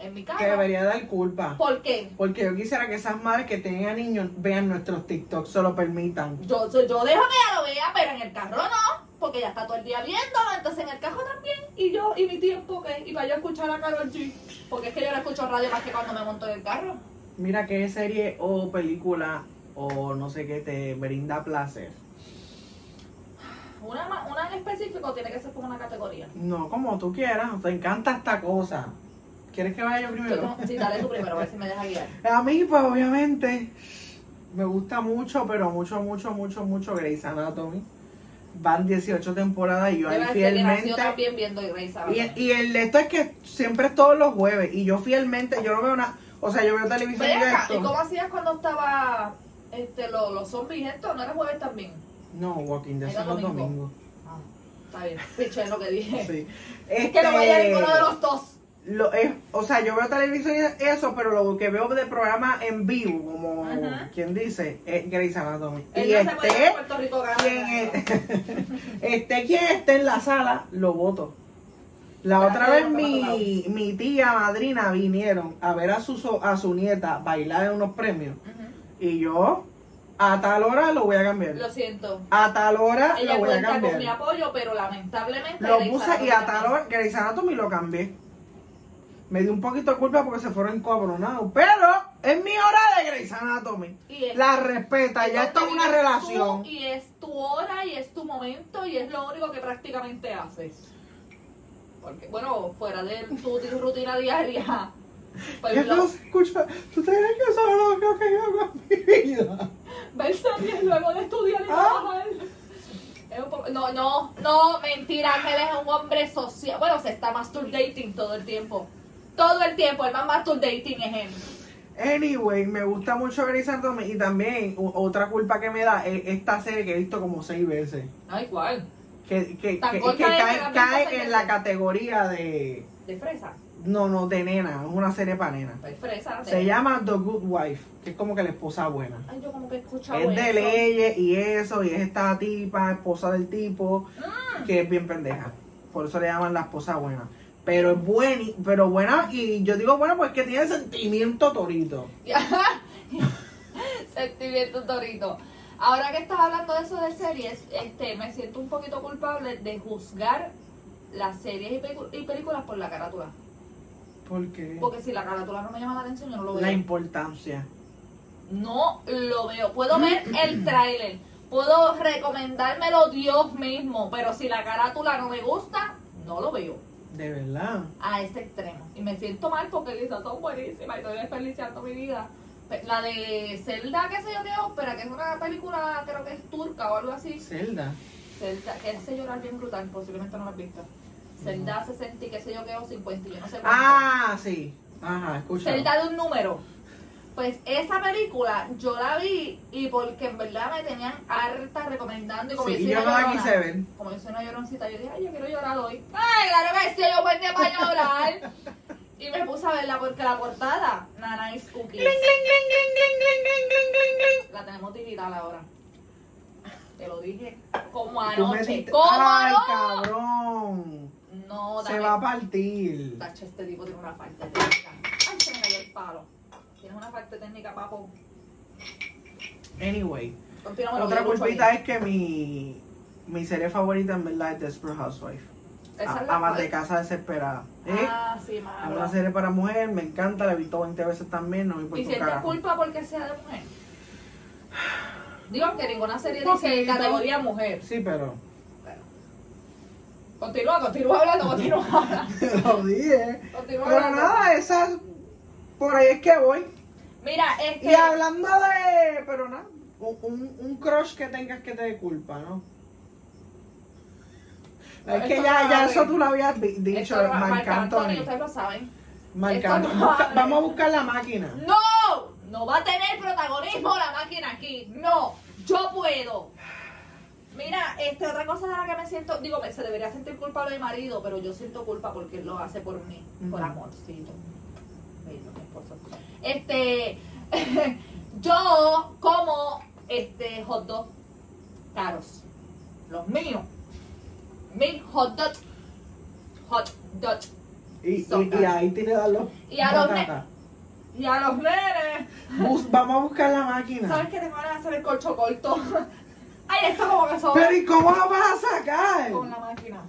[SPEAKER 2] En mi
[SPEAKER 1] Que
[SPEAKER 2] casa.
[SPEAKER 1] debería dar culpa.
[SPEAKER 2] ¿Por qué?
[SPEAKER 1] Porque yo quisiera que esas madres que tengan niños vean nuestros TikToks, se lo permitan.
[SPEAKER 2] Yo, yo, yo dejo que ella lo vea, pero en el carro no. Porque ya está todo el día viéndolo. Entonces en el carro también. Y yo, y mi tiempo, que Y para yo escuchar a Carol G. Porque es que yo no escucho radio más que cuando me monto en el carro.
[SPEAKER 1] Mira qué serie o película o no sé qué te brinda placer.
[SPEAKER 2] Una, ma- una en específico tiene que ser como una categoría.
[SPEAKER 1] No, como tú quieras, te encanta esta cosa. ¿Quieres que vaya yo
[SPEAKER 2] Yo
[SPEAKER 1] primero?
[SPEAKER 2] tengo, sí, dale tú primero, a ver si me deja guiar.
[SPEAKER 1] A mí, pues obviamente, me gusta mucho, pero mucho, mucho, mucho, mucho Grey's Anatomy. Van 18 temporadas y yo ahí
[SPEAKER 2] Debe ser que nació
[SPEAKER 1] fielmente...
[SPEAKER 2] también viendo Grey's
[SPEAKER 1] Y,
[SPEAKER 2] Anatomy.
[SPEAKER 1] y el esto es que siempre es todos los jueves y yo fielmente, yo no veo una, o sea, yo veo televisión
[SPEAKER 2] Ven acá, ¿y cómo
[SPEAKER 1] directo.
[SPEAKER 2] hacías cuando estaba este, lo- los zombies estos? ¿No era jueves también?
[SPEAKER 1] No, Walking Dead
[SPEAKER 2] Era
[SPEAKER 1] son los
[SPEAKER 2] domingo.
[SPEAKER 1] domingos.
[SPEAKER 2] Ah, está bien, piché lo que dije.
[SPEAKER 1] Sí.
[SPEAKER 2] [LAUGHS]
[SPEAKER 1] Este,
[SPEAKER 2] Es que no vaya ninguno de los dos.
[SPEAKER 1] lo- es- o sea, yo veo televisión y eso, pero lo que veo de programa en vivo, como
[SPEAKER 2] Ajá.
[SPEAKER 1] quien dice, es Grey's Anatomy.
[SPEAKER 2] Él
[SPEAKER 1] y
[SPEAKER 2] no se puede ir a
[SPEAKER 1] este,
[SPEAKER 2] Puerto Rico
[SPEAKER 1] quien
[SPEAKER 2] ganar.
[SPEAKER 1] es- este, quien esté en la sala, lo voto. La
[SPEAKER 2] Para
[SPEAKER 1] otra
[SPEAKER 2] hacer
[SPEAKER 1] vez
[SPEAKER 2] un tomato
[SPEAKER 1] mi, mi tía madrina vinieron a ver a su, so- a su nieta bailar en unos premios.
[SPEAKER 2] Ujú.
[SPEAKER 1] Y yo, a tal hora lo voy a cambiar.
[SPEAKER 2] Lo siento.
[SPEAKER 1] A tal hora
[SPEAKER 2] Ella
[SPEAKER 1] Ah, lo voy a
[SPEAKER 2] cuenta con mi
[SPEAKER 1] cambiar.
[SPEAKER 2] apoyo, pero lamentablemente.
[SPEAKER 1] Lo
[SPEAKER 2] Grey's
[SPEAKER 1] puse
[SPEAKER 2] Anatomy
[SPEAKER 1] y a tal
[SPEAKER 2] también.
[SPEAKER 1] hora, Grey's Anatomy lo cambié. Me dio un poquito de culpa porque se fueron encabronados. Pero es mi hora de Grey's Anatomy.
[SPEAKER 2] Y es-
[SPEAKER 1] La respeta, ya esto es una
[SPEAKER 2] Tú,
[SPEAKER 1] relación.
[SPEAKER 2] Y es tu hora y es tu momento y es lo único que prácticamente haces. Porque, bueno, fuera de tu [LAUGHS] di- rutina diaria. Pues
[SPEAKER 1] Ya
[SPEAKER 2] lo-
[SPEAKER 1] no se escucha. ¿Tú te crees que eso es lo que yo hago en mi vida?
[SPEAKER 2] ver series luego de estudiar y
[SPEAKER 1] Ah.
[SPEAKER 2] trabajar. Es un poco- No, no, no, mentira, Ángel es un hombre social. Bueno, se está masturbating todo el tiempo. Todo el tiempo, el más masturbating es él.
[SPEAKER 1] Anyway, me gusta mucho Grey's Anatomy y también u- otra culpa que me da es esta serie que he visto como seis veces.
[SPEAKER 2] No, igual.
[SPEAKER 1] Que, que,
[SPEAKER 2] Tan
[SPEAKER 1] que-
[SPEAKER 2] corta
[SPEAKER 1] que
[SPEAKER 2] es, pero
[SPEAKER 1] cae,
[SPEAKER 2] también
[SPEAKER 1] cae
[SPEAKER 2] pasa que
[SPEAKER 1] en la
[SPEAKER 2] sí.
[SPEAKER 1] categoría de...
[SPEAKER 2] De fresa.
[SPEAKER 1] No, no, de nena, es una serie para nena.
[SPEAKER 2] Pues fresa.
[SPEAKER 1] Se llama The Good Wife, que es como que la esposa buena.
[SPEAKER 2] Ay, yo como que he escuchado
[SPEAKER 1] Es de
[SPEAKER 2] eso.
[SPEAKER 1] leyes y eso, y es esta tipa, esposa del tipo,
[SPEAKER 2] Ah.
[SPEAKER 1] que es bien pendeja. Por eso le llaman la esposa buena. Pero es buena, pero buena, y yo digo buena porque tiene sentimiento torito.
[SPEAKER 2] [LAUGHS] Sentimiento torito. Ahora que estás hablando de eso de series, este, me siento un poquito culpable de juzgar las series y, pelicu- y películas por la carátula.
[SPEAKER 1] Porque
[SPEAKER 2] Porque si la carátula no me llama la atención, yo no lo veo.
[SPEAKER 1] la importancia.
[SPEAKER 2] No lo veo. Puedo ver el tráiler, puedo recomendármelo Dios mismo, pero si la carátula no me gusta, no lo veo
[SPEAKER 1] De verdad.
[SPEAKER 2] a ese extremo. Y me siento mal porque quizás son buenísimas y estoy desperdiciando mi vida. Pe- La de Zelda, qué sé yo qué ópera, que es una película, creo que es turca o algo así.
[SPEAKER 1] Zelda.
[SPEAKER 2] Zelda, que hace llorar bien brutal, posiblemente no la has visto. Zelda 60 y qué sé yo qué o 50 y yo no sé cuánto.
[SPEAKER 1] Ah, sí. Ajá, escucha.
[SPEAKER 2] Celda de un número. Pues esa película yo la vi y porque en verdad me tenían harta recomendando y como
[SPEAKER 1] Sí,
[SPEAKER 2] yo
[SPEAKER 1] y
[SPEAKER 2] soy
[SPEAKER 1] yo no
[SPEAKER 2] una
[SPEAKER 1] la quise
[SPEAKER 2] llorona,
[SPEAKER 1] ver.
[SPEAKER 2] Como yo soy una lloroncita, yo dije, ay, yo quiero llorar hoy. Ay, claro que sí, yo venía para llorar. y me puse a verla porque la portada, Nana is Cookies. La tenemos digital ahora. Te lo dije. Como
[SPEAKER 1] Tú me
[SPEAKER 2] anoche.
[SPEAKER 1] diste-
[SPEAKER 2] Como
[SPEAKER 1] Ay,
[SPEAKER 2] anoche.
[SPEAKER 1] cabrón.
[SPEAKER 2] No,
[SPEAKER 1] Se
[SPEAKER 2] dame
[SPEAKER 1] va a partir.
[SPEAKER 2] Tacho, este tipo tiene una falta técnica. Ay, se me cayó el palo. Tienes una falta técnica, papo.
[SPEAKER 1] Anyway.
[SPEAKER 2] Continuamos
[SPEAKER 1] Otra culpita es que mi, mi serie favorita en verdad es Desperate Housewife. A- Amas de casa desesperada. ¿Eh?
[SPEAKER 2] Ah, sí,
[SPEAKER 1] Es una
[SPEAKER 2] malo.
[SPEAKER 1] serie para mujer, me encanta, la he visto 20 veces también, no me
[SPEAKER 2] ¿Y
[SPEAKER 1] importa un
[SPEAKER 2] sientes
[SPEAKER 1] carajo.
[SPEAKER 2] culpa porque sea de mujer? Digo que ninguna serie
[SPEAKER 1] Un
[SPEAKER 2] dice
[SPEAKER 1] poquito.
[SPEAKER 2] categoría mujer.
[SPEAKER 1] Sí, pero [LAUGHS]
[SPEAKER 2] Continúa, continúa hablando, continúa hablando.
[SPEAKER 1] te lo dije.
[SPEAKER 2] Continúa
[SPEAKER 1] Pero
[SPEAKER 2] hablando.
[SPEAKER 1] nada, esas por ahí es que voy.
[SPEAKER 2] Mira,
[SPEAKER 1] Y
[SPEAKER 2] este.
[SPEAKER 1] hablando de, pero nada, un, un, un crush que tengas que te dé culpa, ¿no? Es que
[SPEAKER 2] Esto
[SPEAKER 1] ya,
[SPEAKER 2] no
[SPEAKER 1] ya
[SPEAKER 2] vale.
[SPEAKER 1] eso tú lo habías vi- dicho,
[SPEAKER 2] esto no va-
[SPEAKER 1] Marc Anthony.
[SPEAKER 2] ustedes lo saben.
[SPEAKER 1] Marc
[SPEAKER 2] esto no
[SPEAKER 1] Anthony. Busca-
[SPEAKER 2] vale.
[SPEAKER 1] Vamos a buscar la máquina.
[SPEAKER 2] ¡No! No va a tener protagonismo la máquina aquí. No, yo puedo. Mira, este, otra cosa de la que me siento, digo, me- se debería sentir culpable mi marido, pero yo siento culpa porque él lo hace por mí, por
[SPEAKER 1] Ujú.
[SPEAKER 2] amorcito. Bello, mi esposo. Este, [LAUGHS] yo como este hot dog caros, los míos, mis hot dog, hot dog.
[SPEAKER 1] Y, y-
[SPEAKER 2] Soca.
[SPEAKER 1] y ahí tiene que darlo.
[SPEAKER 2] Y a los
[SPEAKER 1] Patata.
[SPEAKER 2] Y a los nenes.
[SPEAKER 1] Bus- vamos a buscar la máquina.
[SPEAKER 2] ¿Sabes que te van a hacer el corcho corto? Ay, esto como que sobra
[SPEAKER 1] Pero ¿y cómo lo vas a sacar?
[SPEAKER 2] con la máquina.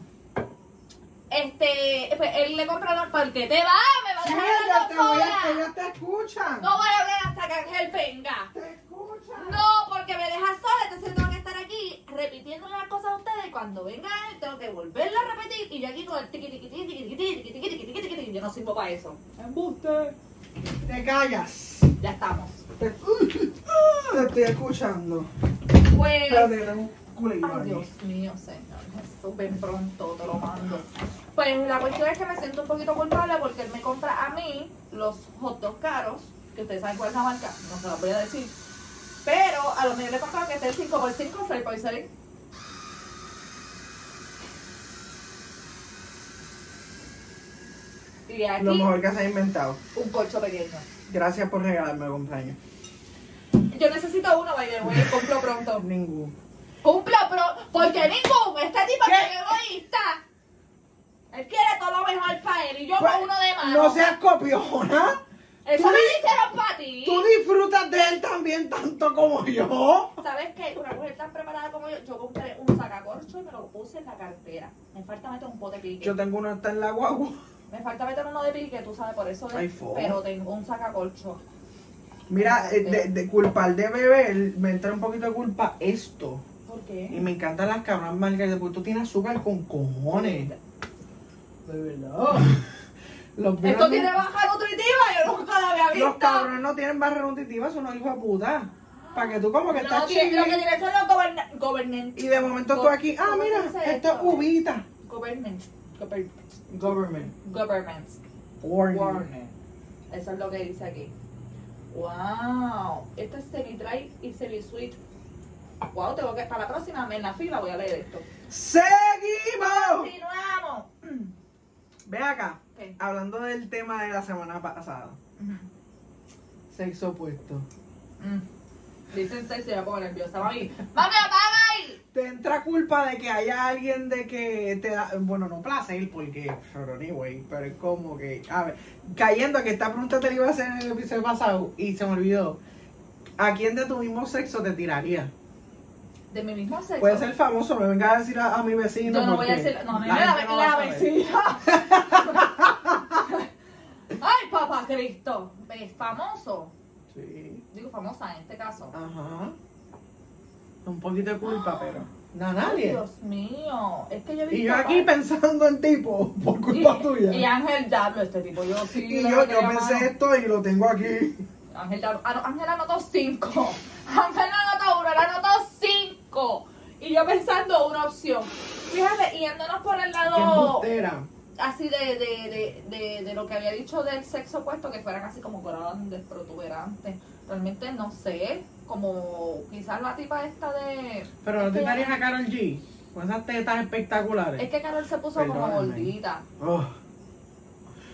[SPEAKER 2] Este, pues, él le compra la porque te va, me va a
[SPEAKER 1] Mierda,
[SPEAKER 2] dejar
[SPEAKER 1] te
[SPEAKER 2] la
[SPEAKER 1] voy a-
[SPEAKER 2] sola.
[SPEAKER 1] ellos te escuchan.
[SPEAKER 2] No voy a hablar hasta que Ángel venga.
[SPEAKER 1] Te escuchan.
[SPEAKER 2] No, porque me deja sola, entonces tengo que estar aquí repitiendo las cosas a ustedes. Cuando venga él, tengo que volverlo a repetir. Y yo aquí con el tiqui tiqui tiqui tiqui tiqui tiqui tiqui tiqui tiqui tiqui. Yo no sirvo para eso. Embuste.
[SPEAKER 1] Te callas.
[SPEAKER 2] Ya estamos.
[SPEAKER 1] Te, te estoy escuchando.
[SPEAKER 2] Pues.
[SPEAKER 1] Espérate, que tengo un culillo
[SPEAKER 2] Ay,
[SPEAKER 1] aquí.
[SPEAKER 2] Dios mío, Señor, Jesús, ven pronto, te lo mando. Pues la cuestión es que me siento un poquito culpable porque él me compra a mí los hot dogs caros, que ustedes saben cuál es la marca, no se los voy a decir. Pero a los míos le compraba que esté el 5x5 o 6x6. Y aquí
[SPEAKER 1] Lo mejor que se ha inventado.
[SPEAKER 2] un corcho pequeño.
[SPEAKER 1] Gracias por regalarme el cumpleaños.
[SPEAKER 2] Yo necesito uno, by the way, compro pronto.
[SPEAKER 1] Ningún.
[SPEAKER 2] Cumplo, pero porque ningún, esta tipa
[SPEAKER 1] ¿Qué?
[SPEAKER 2] que egoísta. Él quiere todo lo mejor para él y yo
[SPEAKER 1] Pues,
[SPEAKER 2] con uno de mano.
[SPEAKER 1] No seas copiona.
[SPEAKER 2] Eso
[SPEAKER 1] tú
[SPEAKER 2] me
[SPEAKER 1] di-
[SPEAKER 2] lo hicieron para ti.
[SPEAKER 1] Tú disfrutas de él también tanto como yo.
[SPEAKER 2] ¿Sabes qué? Una mujer tan preparada como yo, yo compré un sacacorcho y me lo puse en la cartera. Me falta meter un pote de pique.
[SPEAKER 1] Yo tengo uno hasta en la guagua.
[SPEAKER 2] Me falta meter uno de pique, tú sabes, por eso. de-
[SPEAKER 1] Ay, fo.
[SPEAKER 2] Pero tengo un sacacorcho.
[SPEAKER 1] Mira, eh, de, de culpar de beber, me entra un poquito de culpa esto.
[SPEAKER 2] ¿Por
[SPEAKER 1] Y
[SPEAKER 2] qué?
[SPEAKER 1] me encantan las cabras margaritas porque tú tienes azúcar con cojones. De verdad. [LAUGHS] Los
[SPEAKER 2] Esto
[SPEAKER 1] vinos-
[SPEAKER 2] tiene baja nutritiva, yo nunca la había visto.
[SPEAKER 1] Los cabrones no tienen barra nutritiva, son unos hijos de puta. Para que tú como que
[SPEAKER 2] No,
[SPEAKER 1] estás
[SPEAKER 2] tiene-
[SPEAKER 1] chill
[SPEAKER 2] lo que tiene son los goberna gobernantes.
[SPEAKER 1] Y de momento tú
[SPEAKER 2] Go-
[SPEAKER 1] aquí, ah,
[SPEAKER 2] ¿cómo se
[SPEAKER 1] mira,
[SPEAKER 2] dice
[SPEAKER 1] esto es
[SPEAKER 2] esto?
[SPEAKER 1] uvita.
[SPEAKER 2] Government. Gober-
[SPEAKER 1] Government.
[SPEAKER 2] Governments.
[SPEAKER 1] Warning.
[SPEAKER 2] Warning. Eso es lo que dice aquí. Wow. Este es semi dry y semi sweet. Wow, tengo que para la próxima en la fila voy a leer esto.
[SPEAKER 1] ¡Seguimos!
[SPEAKER 2] Continuamos.
[SPEAKER 1] Ve acá,
[SPEAKER 2] Ok.
[SPEAKER 1] hablando del tema de la semana pasada.
[SPEAKER 2] Mm.
[SPEAKER 1] Sexo opuesto.
[SPEAKER 2] Dicen seis y me pongo nerviosa, mami. Mami, apaga ahí.
[SPEAKER 1] Te entra culpa de que haya alguien de que te da, bueno, no placer, porque, pero anyway, pero es como que, a ver, cayendo que esta pregunta te la iba a hacer en el episodio pasado y se me olvidó. ¿A quién de tu mismo sexo te tiraría?
[SPEAKER 2] De mi mismo sexo.
[SPEAKER 1] Puede ser famoso, me venga a decir a, a mi vecino.
[SPEAKER 2] Yo no voy a
[SPEAKER 1] porque
[SPEAKER 2] decir. No, no,
[SPEAKER 1] la
[SPEAKER 2] la,
[SPEAKER 1] gente
[SPEAKER 2] la,
[SPEAKER 1] no va a saber. [LAUGHS]
[SPEAKER 2] vecina. Ay, papá Cristo. Es famoso.
[SPEAKER 1] Sí.
[SPEAKER 2] Digo famosa en este caso.
[SPEAKER 1] Ajá. Un poquito de culpa, pero. No, nadie.
[SPEAKER 2] Dios mío. Es que yo he visto.
[SPEAKER 1] Y yo aquí pensando en tipo, por culpa
[SPEAKER 2] y,
[SPEAKER 1] tuya.
[SPEAKER 2] Y Ángel Diablo, este tipo. Yo sí. le
[SPEAKER 1] Y yo, yo
[SPEAKER 2] metía mano.
[SPEAKER 1] pensé esto y lo tengo aquí.
[SPEAKER 2] Ángel Diablo. ah, no, Ángel anotó cinco. [LAUGHS] Ángel no anotó uno, él anotó cinco. Y yo pensando una opción. Fíjate, yéndonos por el
[SPEAKER 1] Qué
[SPEAKER 2] lado.
[SPEAKER 1] embustera.
[SPEAKER 2] así de, de, de, de, de lo que había dicho del sexo opuesto, que fueran así como grandes, protuberantes. Realmente no sé, como quizás la tipa esta de...
[SPEAKER 1] Pero
[SPEAKER 2] es
[SPEAKER 1] no te
[SPEAKER 2] que-
[SPEAKER 1] darías a Carol G con esas tetas espectaculares.
[SPEAKER 2] Es que Carol se puso como
[SPEAKER 1] Perdóname.
[SPEAKER 2] gordita.
[SPEAKER 1] Oh,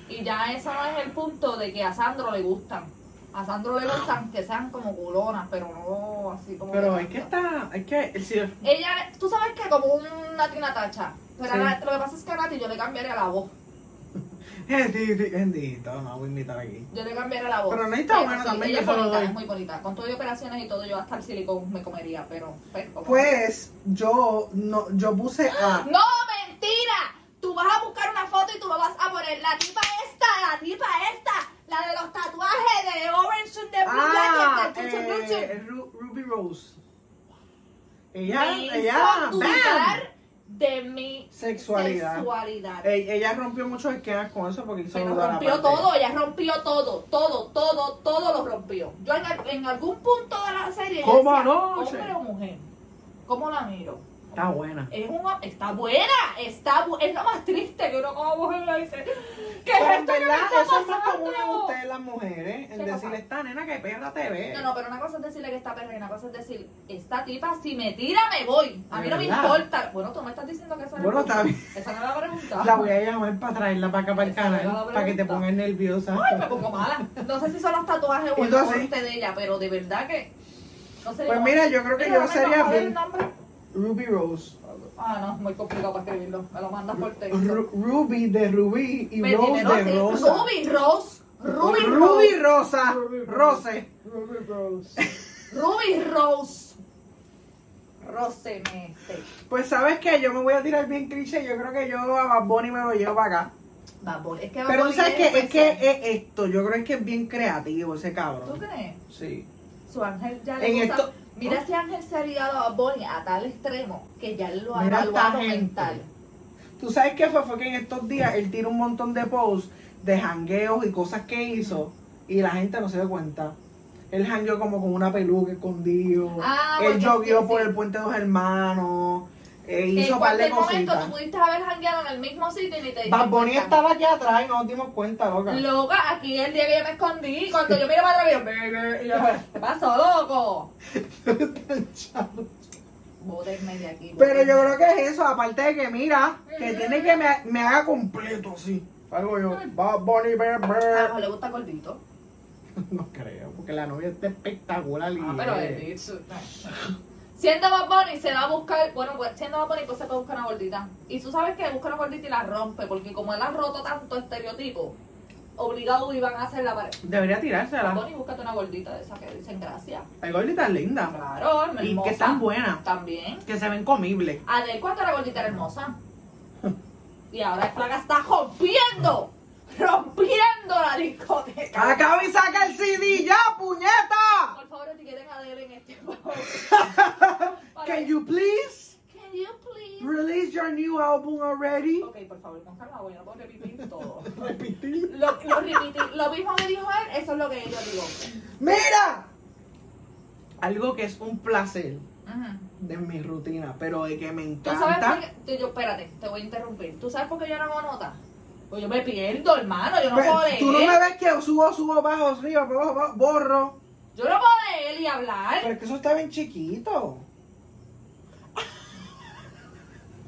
[SPEAKER 2] Y ya eso no es el punto de que a Sandro le gustan. A Sandro le gustan que sean como culonas, pero no así como...
[SPEAKER 1] pero
[SPEAKER 2] que-
[SPEAKER 1] es que está. Es que. sí,
[SPEAKER 2] Ella, tú sabes que como una Tina Tacha. Pero a
[SPEAKER 1] Sí.
[SPEAKER 2] Nat- lo que pasa es que a Nati yo le cambiaría la voz.
[SPEAKER 1] bendito, bendito, no voy a invitar aquí.
[SPEAKER 2] Yo le cambiaré la voz.
[SPEAKER 1] Pero no está buena también,
[SPEAKER 2] Ella
[SPEAKER 1] yo
[SPEAKER 2] es
[SPEAKER 1] se lo
[SPEAKER 2] bonita,
[SPEAKER 1] doy.
[SPEAKER 2] es muy bonita. Con todo y operaciones y todo, yo hasta el silicón me comería, pero. pero como-
[SPEAKER 1] Pues yo no, yo puse a.
[SPEAKER 2] ¡No, mentira! Tú vas a buscar una foto y tú me vas a poner la tipa esta, la tipa esta, la de los tatuajes de Orange Shoot de Blue
[SPEAKER 1] Ah,
[SPEAKER 2] Jacket, de Chuchu Blue Shoot.
[SPEAKER 1] eh, Ru- Ruby Rose. Ella,
[SPEAKER 2] Me
[SPEAKER 1] ella,
[SPEAKER 2] hizo
[SPEAKER 1] ¡bam!
[SPEAKER 2] dudar de mi
[SPEAKER 1] Sexualidad.
[SPEAKER 2] sexualidad.
[SPEAKER 1] Ey, E, ella rompió muchos esquemas con eso porque hizo
[SPEAKER 2] Pero
[SPEAKER 1] dudar a
[SPEAKER 2] rompió
[SPEAKER 1] parte.
[SPEAKER 2] todo, ella rompió todo, todo, todo, todo lo rompió. Yo en, al- en algún punto de la serie. yo
[SPEAKER 1] ¿Cómo
[SPEAKER 2] decía,
[SPEAKER 1] anoche?
[SPEAKER 2] Hombre o mujer. ¿Cómo la miro?
[SPEAKER 1] Está buena.
[SPEAKER 2] Es un, hom- está buena, está bu- es lo más triste que uno como mujer le dice. ¿Qué es
[SPEAKER 1] Pero en
[SPEAKER 2] esto que me
[SPEAKER 1] verdad,
[SPEAKER 2] está
[SPEAKER 1] eso es más común en
[SPEAKER 2] pasando?
[SPEAKER 1] ustedes las mujeres, en
[SPEAKER 2] ¿Qué
[SPEAKER 1] decirle,
[SPEAKER 2] pasa?
[SPEAKER 1] esta nena que perra te ve.
[SPEAKER 2] No, no, pero una cosa es decirle que está perra y una cosa es decir, esta tipa, si me tira, me voy. A mí no me
[SPEAKER 1] ¿Verdad?
[SPEAKER 2] importa. Bueno, tú me estás diciendo que eso no
[SPEAKER 1] Bueno,
[SPEAKER 2] es
[SPEAKER 1] está bien.
[SPEAKER 2] Esa no era la pregunta.
[SPEAKER 1] La voy a llamar para traerla para acá, para el
[SPEAKER 2] Esa era la
[SPEAKER 1] canal, para que te
[SPEAKER 2] pregunta.
[SPEAKER 1] pongas nerviosa.
[SPEAKER 2] Ay, me pongo mala. No sé si son los tatuajes o el
[SPEAKER 1] Entonces-
[SPEAKER 2] corte de ella, pero de verdad que. No sé
[SPEAKER 1] Pues
[SPEAKER 2] yo-
[SPEAKER 1] mira, yo creo que yo
[SPEAKER 2] dame,
[SPEAKER 1] sería
[SPEAKER 2] no, ¿cuál es
[SPEAKER 1] bien-
[SPEAKER 2] el nombre?
[SPEAKER 1] Ruby Rose.
[SPEAKER 2] Ah, no, muy complicado para escribirlo. Me lo mandas por texto.
[SPEAKER 1] Ru- Ruby de Rubí y
[SPEAKER 2] Me
[SPEAKER 1] Rose
[SPEAKER 2] dinero,
[SPEAKER 1] de
[SPEAKER 2] sí.
[SPEAKER 1] Rosa.
[SPEAKER 2] Ruby Rose. Ruby
[SPEAKER 1] Ruby
[SPEAKER 2] Rose.
[SPEAKER 1] Rosa.
[SPEAKER 3] Ruby Rose.
[SPEAKER 1] Rose.
[SPEAKER 3] Ruby Rose.
[SPEAKER 2] Ruby Rose. Rose Meste.
[SPEAKER 1] [LAUGHS] Pues sabes que yo me voy a tirar bien cliché. Yo creo que yo a Bad Bunny me lo llevo para acá.
[SPEAKER 2] Babol. Es que
[SPEAKER 1] Pero tú
[SPEAKER 2] Babol
[SPEAKER 1] sabes que
[SPEAKER 2] tiene
[SPEAKER 1] es que
[SPEAKER 2] fuerza.
[SPEAKER 1] es esto. Yo creo que es bien creativo ese
[SPEAKER 2] ¿Tú
[SPEAKER 1] cabrón.
[SPEAKER 2] crees?
[SPEAKER 1] Sí.
[SPEAKER 2] Su ángel ya le
[SPEAKER 1] En
[SPEAKER 2] gusta.
[SPEAKER 1] esto-
[SPEAKER 2] Mira si Ángel se ha ligado a Bonnie a tal extremo que ya él lo ha
[SPEAKER 1] Mira esta
[SPEAKER 2] evaluado
[SPEAKER 1] gente.
[SPEAKER 2] mental.
[SPEAKER 1] Tú sabes qué fue, fue que en estos días él tiró un montón de posts de jangueos y cosas que hizo y la gente no se dio cuenta. Él jangueó como con una peluca escondido.
[SPEAKER 2] Ah,
[SPEAKER 1] él
[SPEAKER 2] porque
[SPEAKER 1] llovió
[SPEAKER 2] sí,
[SPEAKER 1] por
[SPEAKER 2] sí.
[SPEAKER 1] el puente de los hermanos. eh,
[SPEAKER 2] Que
[SPEAKER 1] hizo
[SPEAKER 2] en
[SPEAKER 1] un par de
[SPEAKER 2] cualquier momento
[SPEAKER 1] cositas.
[SPEAKER 2] tú pudiste haber jangueado en el mismo sitio y ni te diste
[SPEAKER 1] Bad Bunny
[SPEAKER 2] cuenta.
[SPEAKER 1] estaba aquí atrás y no nos dimos cuenta, loca.
[SPEAKER 2] Loca, aquí el día que yo me escondí, cuando yo miro para atrás, yo, "Baby", y yo, ¿qué pasó, loco? Bótenme de aquí.
[SPEAKER 1] Pero yo
[SPEAKER 2] bótenme.
[SPEAKER 1] creo que es eso, aparte de que mira, que tiene que me, me haga completo así. Algo yo, Bad Bunny, brr,
[SPEAKER 2] A lo
[SPEAKER 1] brr.
[SPEAKER 2] mejor le gusta gordito. Ah,
[SPEAKER 1] No creo, porque la novia está espectacular y eh,
[SPEAKER 2] Ah, pero
[SPEAKER 1] es-
[SPEAKER 2] el bicho. Siendo Bad Bunny se va a buscar, bueno, pues siendo Bad Bunny pues se puede buscar una gordita. Y tú sabes que busca una gordita y la rompe, porque como él ha roto tanto estereotipo, obligado iban a hacer la pared.
[SPEAKER 1] Debería
[SPEAKER 2] Bad
[SPEAKER 1] tirársela.
[SPEAKER 2] Bunny, búscate una gordita de esas que dicen gracias.
[SPEAKER 1] Hay gorditas lindas.
[SPEAKER 2] Claro, hermosa.
[SPEAKER 1] Y que están buenas.
[SPEAKER 2] También.
[SPEAKER 1] Que se ven comibles.
[SPEAKER 2] Adel, ¿cuánto era gordita era
[SPEAKER 1] [LAUGHS]
[SPEAKER 2] hermosa? Y ahora el flaca está rompiendo, rompiendo la discoteca.
[SPEAKER 1] Acaba y saca el CD ya, puñeta.
[SPEAKER 2] Por favor, etiqueten a Adele en
[SPEAKER 1] [LAUGHS]
[SPEAKER 2] este favor.
[SPEAKER 1] Can you please
[SPEAKER 2] Can you please?
[SPEAKER 1] release your new album already?
[SPEAKER 2] Ok, por favor, con calma, voy a poder repetir todo. Lo, lo repetí, lo mismo que dijo él, eso es lo que yo digo.
[SPEAKER 1] Mira. Algo que es un placer
[SPEAKER 2] Ujú.
[SPEAKER 1] de mi rutina, pero de que me
[SPEAKER 2] Tú sabes por
[SPEAKER 1] encanta.
[SPEAKER 2] qué, te- yo, espérate, te voy a interrumpir. ¿Tú sabes por qué yo no hago nota? Pues yo me pierdo, hermano, yo no
[SPEAKER 1] Pero
[SPEAKER 2] puedo leer.
[SPEAKER 1] Pues, Tú no me ves que subo, subo, bajo, arriba, bajo, bajo, borro.
[SPEAKER 2] Yo no puedo leer y hablar.
[SPEAKER 1] Pero es que eso está bien chiquito.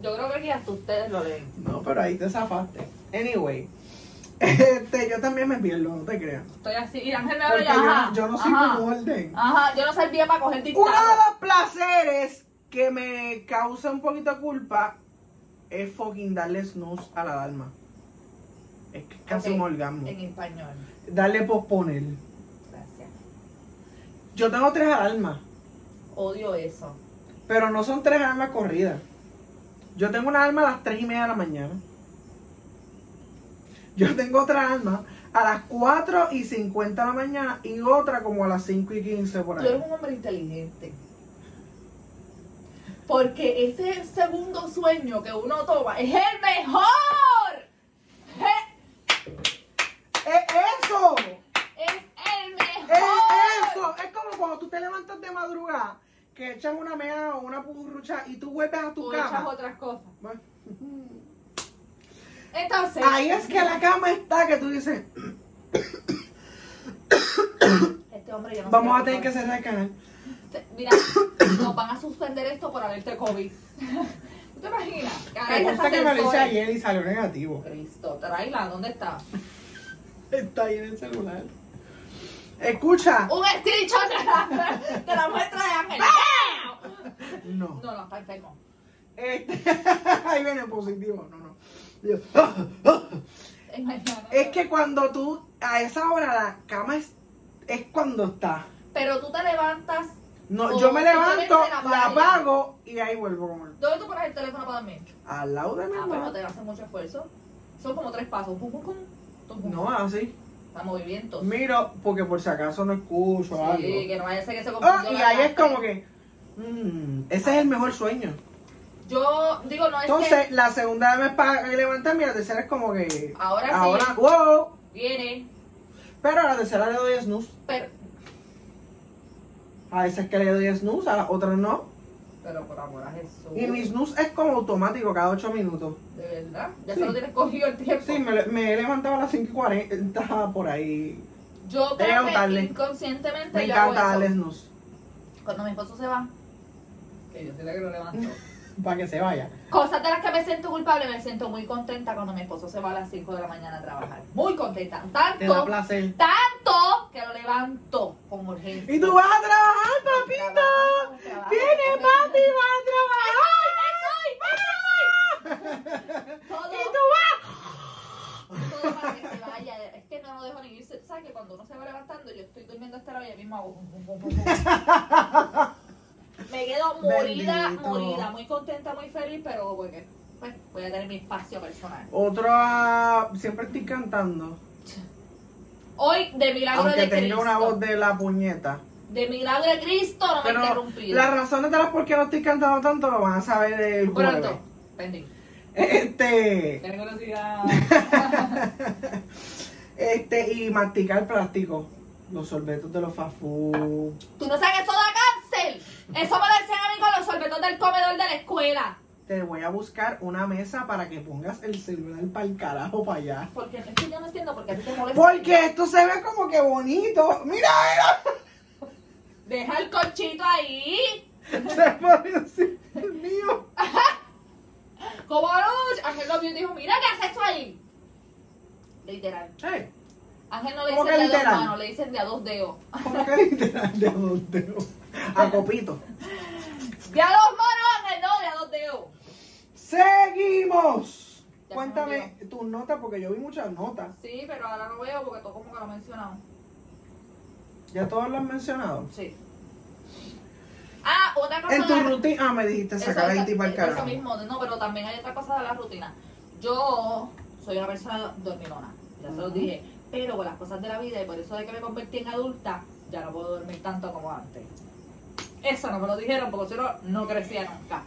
[SPEAKER 2] Yo creo que aquí hasta ustedes lo leen.
[SPEAKER 1] No, pero ahí te zafaste. Anyway, [LAUGHS] este, yo también me pierdo, no te creas.
[SPEAKER 2] Estoy así. Y Ángel me
[SPEAKER 1] Porque
[SPEAKER 2] habla
[SPEAKER 1] yo,
[SPEAKER 2] ya.
[SPEAKER 1] no- yo no soy
[SPEAKER 2] ajá,
[SPEAKER 1] un orden.
[SPEAKER 2] Ajá, yo no servía para coger dictado.
[SPEAKER 1] Uno de los placeres que me causa un poquito de culpa es fucking darle snooze a la Dalma. Es que es casi
[SPEAKER 2] Ok,
[SPEAKER 1] un orgasmo.
[SPEAKER 2] En español.
[SPEAKER 1] Darle posponer.
[SPEAKER 2] Gracias.
[SPEAKER 1] Yo tengo tres alarmas,
[SPEAKER 2] Odio eso.
[SPEAKER 1] pero no son tres alarmas corridas. Yo tengo una alarma a las tres y media de la mañana. Yo tengo otra alarma a las 4 y 50 de la mañana y otra como a las 5 y 15 por
[SPEAKER 2] Tú
[SPEAKER 1] ahí.
[SPEAKER 2] eres un hombre inteligente. Porque ese es el segundo sueño que uno toma. ¡Es el mejor! ¡Je-
[SPEAKER 1] ¡Es eso!
[SPEAKER 2] ¡Es el
[SPEAKER 1] ¡Es
[SPEAKER 2] Oh. mejor!
[SPEAKER 1] eso! Es como cuando tú te levantas de madrugada, que echas una mea o una purrucha y tú vuelves a tu
[SPEAKER 2] Tú echas
[SPEAKER 1] cama.
[SPEAKER 2] otras cosas.
[SPEAKER 1] Bueno,
[SPEAKER 2] Entonces.
[SPEAKER 1] Ahí es que la cama está, que tú dices,
[SPEAKER 2] Este hombre ya no
[SPEAKER 1] vamos
[SPEAKER 2] sabe
[SPEAKER 1] a tener
[SPEAKER 2] qué
[SPEAKER 1] que cerrar el canal.
[SPEAKER 2] Se- Mira, [COUGHS] nos van a suspender esto por haberte COVID. [LAUGHS] ¿Tú te imaginas?
[SPEAKER 1] Me
[SPEAKER 2] Caray,
[SPEAKER 1] gusta
[SPEAKER 2] esas
[SPEAKER 1] que me lo hice
[SPEAKER 2] sensores.
[SPEAKER 1] ayer y salió negativo.
[SPEAKER 2] Cristo, tráela, ¿dónde está?
[SPEAKER 1] Está ahí en el celular. Escucha.
[SPEAKER 2] Un esticho de la, de la muestra de Ángel.
[SPEAKER 1] ¡Ah! No.
[SPEAKER 2] No, no, está enfermo.
[SPEAKER 1] Este- [LAUGHS] ahí viene positivo. No, no. Yo-
[SPEAKER 2] Es mañana.
[SPEAKER 1] Es que cuando tú, a esa hora, la cama es, es cuando está.
[SPEAKER 2] Pero tú te levantas.
[SPEAKER 1] No,
[SPEAKER 2] O
[SPEAKER 1] yo me
[SPEAKER 2] simplemente
[SPEAKER 1] levanto,
[SPEAKER 2] la
[SPEAKER 1] la
[SPEAKER 2] apaga y ya.
[SPEAKER 1] apago y ahí vuelvo con el-
[SPEAKER 2] ¿Dónde tú pones el teléfono para dormir?
[SPEAKER 1] Al lado de mi
[SPEAKER 2] Ah, pero no
[SPEAKER 1] mamá.
[SPEAKER 2] te hace mucho esfuerzo. Son como tres pasos. Pum, pum, pum, tum, pum.
[SPEAKER 1] No, así.
[SPEAKER 2] Está movimientos.
[SPEAKER 1] Miro, porque por si acaso no escucho algo.
[SPEAKER 2] Sí, que no vaya a ser que se
[SPEAKER 1] Ah,
[SPEAKER 2] confundió.
[SPEAKER 1] y
[SPEAKER 2] la
[SPEAKER 1] ahí es
[SPEAKER 2] gente.
[SPEAKER 1] como que. mm, ese es el mejor sueño.
[SPEAKER 2] Yo digo, no es
[SPEAKER 1] Entonces, la segunda vez para levantarme y la tercera es como que.
[SPEAKER 2] Ahora sí.
[SPEAKER 1] Ahora, wow.
[SPEAKER 2] que viene,
[SPEAKER 1] Pero a la tercera le doy snooze.
[SPEAKER 2] pero.
[SPEAKER 1] A veces que le doy snooze, a las otras no.
[SPEAKER 2] Pero por amor a Jesús.
[SPEAKER 1] Y mi snooze es como automático, cada 8 minutos.
[SPEAKER 2] De verdad. Ya
[SPEAKER 1] Sí.
[SPEAKER 2] se lo tienes cogido el tiempo.
[SPEAKER 1] Sí, me, me he levantado a las 5 y 40 por ahí.
[SPEAKER 2] Yo creo
[SPEAKER 1] Leo
[SPEAKER 2] que
[SPEAKER 1] tarde.
[SPEAKER 2] inconscientemente
[SPEAKER 1] Me
[SPEAKER 2] yo
[SPEAKER 1] encanta
[SPEAKER 2] hago Pues
[SPEAKER 1] darle
[SPEAKER 2] eso.
[SPEAKER 1] snooze.
[SPEAKER 2] Cuando mi esposo se va, que yo sé que lo levanto.
[SPEAKER 1] Para que se vaya.
[SPEAKER 2] [LAUGHS] Cosas de las que me siento culpable, me siento muy contenta cuando mi esposo se va a las 5 de la mañana a trabajar. Muy contenta.
[SPEAKER 1] Te da
[SPEAKER 2] Tanto,
[SPEAKER 1] placer.
[SPEAKER 2] tanto que lo levanto con urgencia.
[SPEAKER 1] Y tú vas a trabajar,
[SPEAKER 2] Trabajo,
[SPEAKER 1] papito.
[SPEAKER 2] trabajo,
[SPEAKER 1] Viene
[SPEAKER 2] porque-
[SPEAKER 1] papi, vas a trabajar.
[SPEAKER 2] Todo,
[SPEAKER 1] Y tú vas.
[SPEAKER 2] todo para que se vaya. Es que no lo dejo ni irse. Tú ¿Sabes que cuando uno se va levantando, yo estoy durmiendo hasta la y mismo hago. pum, pum, pum, pum, pum. Me quedo morida,
[SPEAKER 1] Bendito.
[SPEAKER 2] morida. Muy contenta, muy feliz, pero porque, pues, voy a tener mi espacio personal.
[SPEAKER 1] Otra. Siempre estoy cantando.
[SPEAKER 2] Hoy, de milagro
[SPEAKER 1] Aunque
[SPEAKER 2] de
[SPEAKER 1] tenga
[SPEAKER 2] Cristo.
[SPEAKER 1] una voz de la puñeta.
[SPEAKER 2] De milagro de Cristo no me he
[SPEAKER 1] Pero
[SPEAKER 2] interrumpido.
[SPEAKER 1] las razones de las por qué no estoy cantando tanto lo van a saber el jueves.
[SPEAKER 2] Pronto. Pendí.
[SPEAKER 1] Este,
[SPEAKER 2] Tengo curiosidad.
[SPEAKER 1] este, y masticar plástico. Los sorbetos de los fast food.
[SPEAKER 2] [LAUGHS] Tú no sabes que eso da cáncer. Eso me lo decían a mí con los sorbetos del comedor de la escuela.
[SPEAKER 1] Te voy a buscar una mesa para que pongas el celular para el carajo para allá.
[SPEAKER 2] Porque es que yo no entiendo por qué a ti te molesta.
[SPEAKER 1] Porque esto se ve como que bonito. Mira,
[SPEAKER 2] Deja el cochito ahí.
[SPEAKER 1] mira. Se parece el mío.
[SPEAKER 2] Como luz. Ángel lo vio y dijo, mira qué haces eso ahí. Literal.
[SPEAKER 1] Hey,
[SPEAKER 2] Ángel no le
[SPEAKER 1] ¿Cómo
[SPEAKER 2] dicen de
[SPEAKER 1] que
[SPEAKER 2] a dos
[SPEAKER 1] literal?
[SPEAKER 2] manos, le dicen de a dos dedos.
[SPEAKER 1] ¿Cómo que literal de adultero? A copito.
[SPEAKER 2] De a dos manos, Ángel, no, de a dos dedos.
[SPEAKER 1] Seguimos.
[SPEAKER 2] Ya se me
[SPEAKER 1] Cuéntame tus notas, porque yo vi muchas notas.
[SPEAKER 2] Sí, pero ahora no veo porque todo como que lo mencionamos.
[SPEAKER 1] Ya todos las has mencionado.
[SPEAKER 2] Sí. Ah, otra cosa.
[SPEAKER 1] En tu
[SPEAKER 2] de la-
[SPEAKER 1] rutina. Ah, me dijiste
[SPEAKER 2] Eso,
[SPEAKER 1] sacar el
[SPEAKER 2] eso,
[SPEAKER 1] tipo al
[SPEAKER 2] eso
[SPEAKER 1] carajo.
[SPEAKER 2] mismo, no, pero también hay otra cosa de la rutina. Yo soy una persona dormilona, ya se lo
[SPEAKER 1] Ujú.
[SPEAKER 2] dije, pero con las cosas de la vida y por eso de que me convertí en adulta, ya no puedo dormir tanto como antes. Eso no me lo dijeron porque si no, no crecía nunca.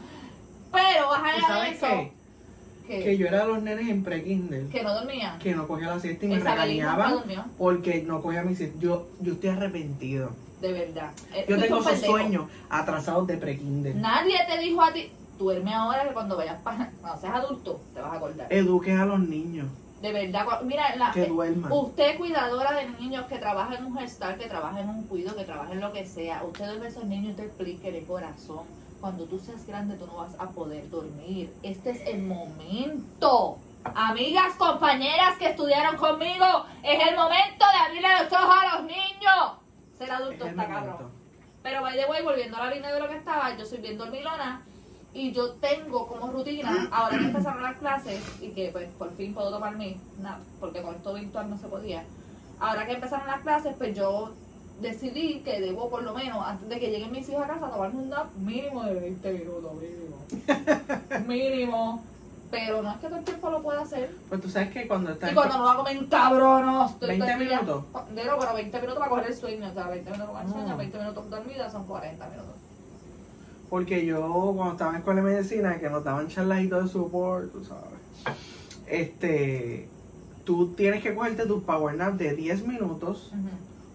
[SPEAKER 2] Pero vas
[SPEAKER 1] ¿Tú
[SPEAKER 2] allá de
[SPEAKER 1] sabes
[SPEAKER 2] eso,
[SPEAKER 1] qué? Que
[SPEAKER 2] que,
[SPEAKER 1] yo era de los nenes en pre-kindle.
[SPEAKER 2] que no dormían.
[SPEAKER 1] Que no cogía la siesta y me
[SPEAKER 2] Isabel nunca
[SPEAKER 1] regañaban
[SPEAKER 2] durmió,
[SPEAKER 1] porque no cogía mi siesta. Yo, yo estoy arrepentido.
[SPEAKER 2] de verdad. Eh,
[SPEAKER 1] Yo
[SPEAKER 2] fuiste
[SPEAKER 1] tengo
[SPEAKER 2] un
[SPEAKER 1] esos
[SPEAKER 2] pendejo.
[SPEAKER 1] sueños atrasados de pre-kindle.
[SPEAKER 2] Nadie te dijo a ti, duerme ahora que cuando vayas para, cuando seas adulto, te vas a acordar.
[SPEAKER 1] Eduquen a los niños
[SPEAKER 2] De verdad, cua- mira, la,
[SPEAKER 1] Eh. que duerman.
[SPEAKER 2] Usted cuidadora de niños que trabaja en un gestal, que trabaja en un cuido, que trabaja en lo que sea, usted duerme a esos niños y te explique de corazón. Cuando tú seas grande tú no vas a poder dormir. Este es el momento. Amigas, compañeras que estudiaron conmigo, es el momento de abrirle los ojos a los niños. Ser
[SPEAKER 1] Es
[SPEAKER 2] adulto
[SPEAKER 1] el
[SPEAKER 2] está
[SPEAKER 1] momento.
[SPEAKER 2] cabrón. Pero by the way, volviendo a la línea de lo que estaba, yo soy bien dormilona y yo tengo como rutina, ahora que empezaron las clases y que pues por fin puedo tomar mi nap, porque con esto virtual no se podía. Ahora que empezaron las clases, pues yo decidí que debo por lo menos, antes de que lleguen mis hijos a casa, tomarme un nap mínimo de 20 minutos, mínimo. mínimo. Pero no es que todo el tiempo lo pueda hacer.
[SPEAKER 1] Pues tú sabes que cuando estás
[SPEAKER 2] Y
[SPEAKER 1] en
[SPEAKER 2] cuando nos va a comer un cabrón, no, estoy
[SPEAKER 1] 20
[SPEAKER 2] todo el día-
[SPEAKER 1] minutos.
[SPEAKER 2] Pero, pero 20 minutos para coger el sueño, o sea, 20 minutos para el sueño,
[SPEAKER 1] Mm.
[SPEAKER 2] 20 minutos dormida son 40 minutos.
[SPEAKER 1] Porque yo cuando estaba en escuela de medicina, que nos daban charladitos de support, tú sabes. Este, tú tienes que cogerte tus power nap de 10 minutos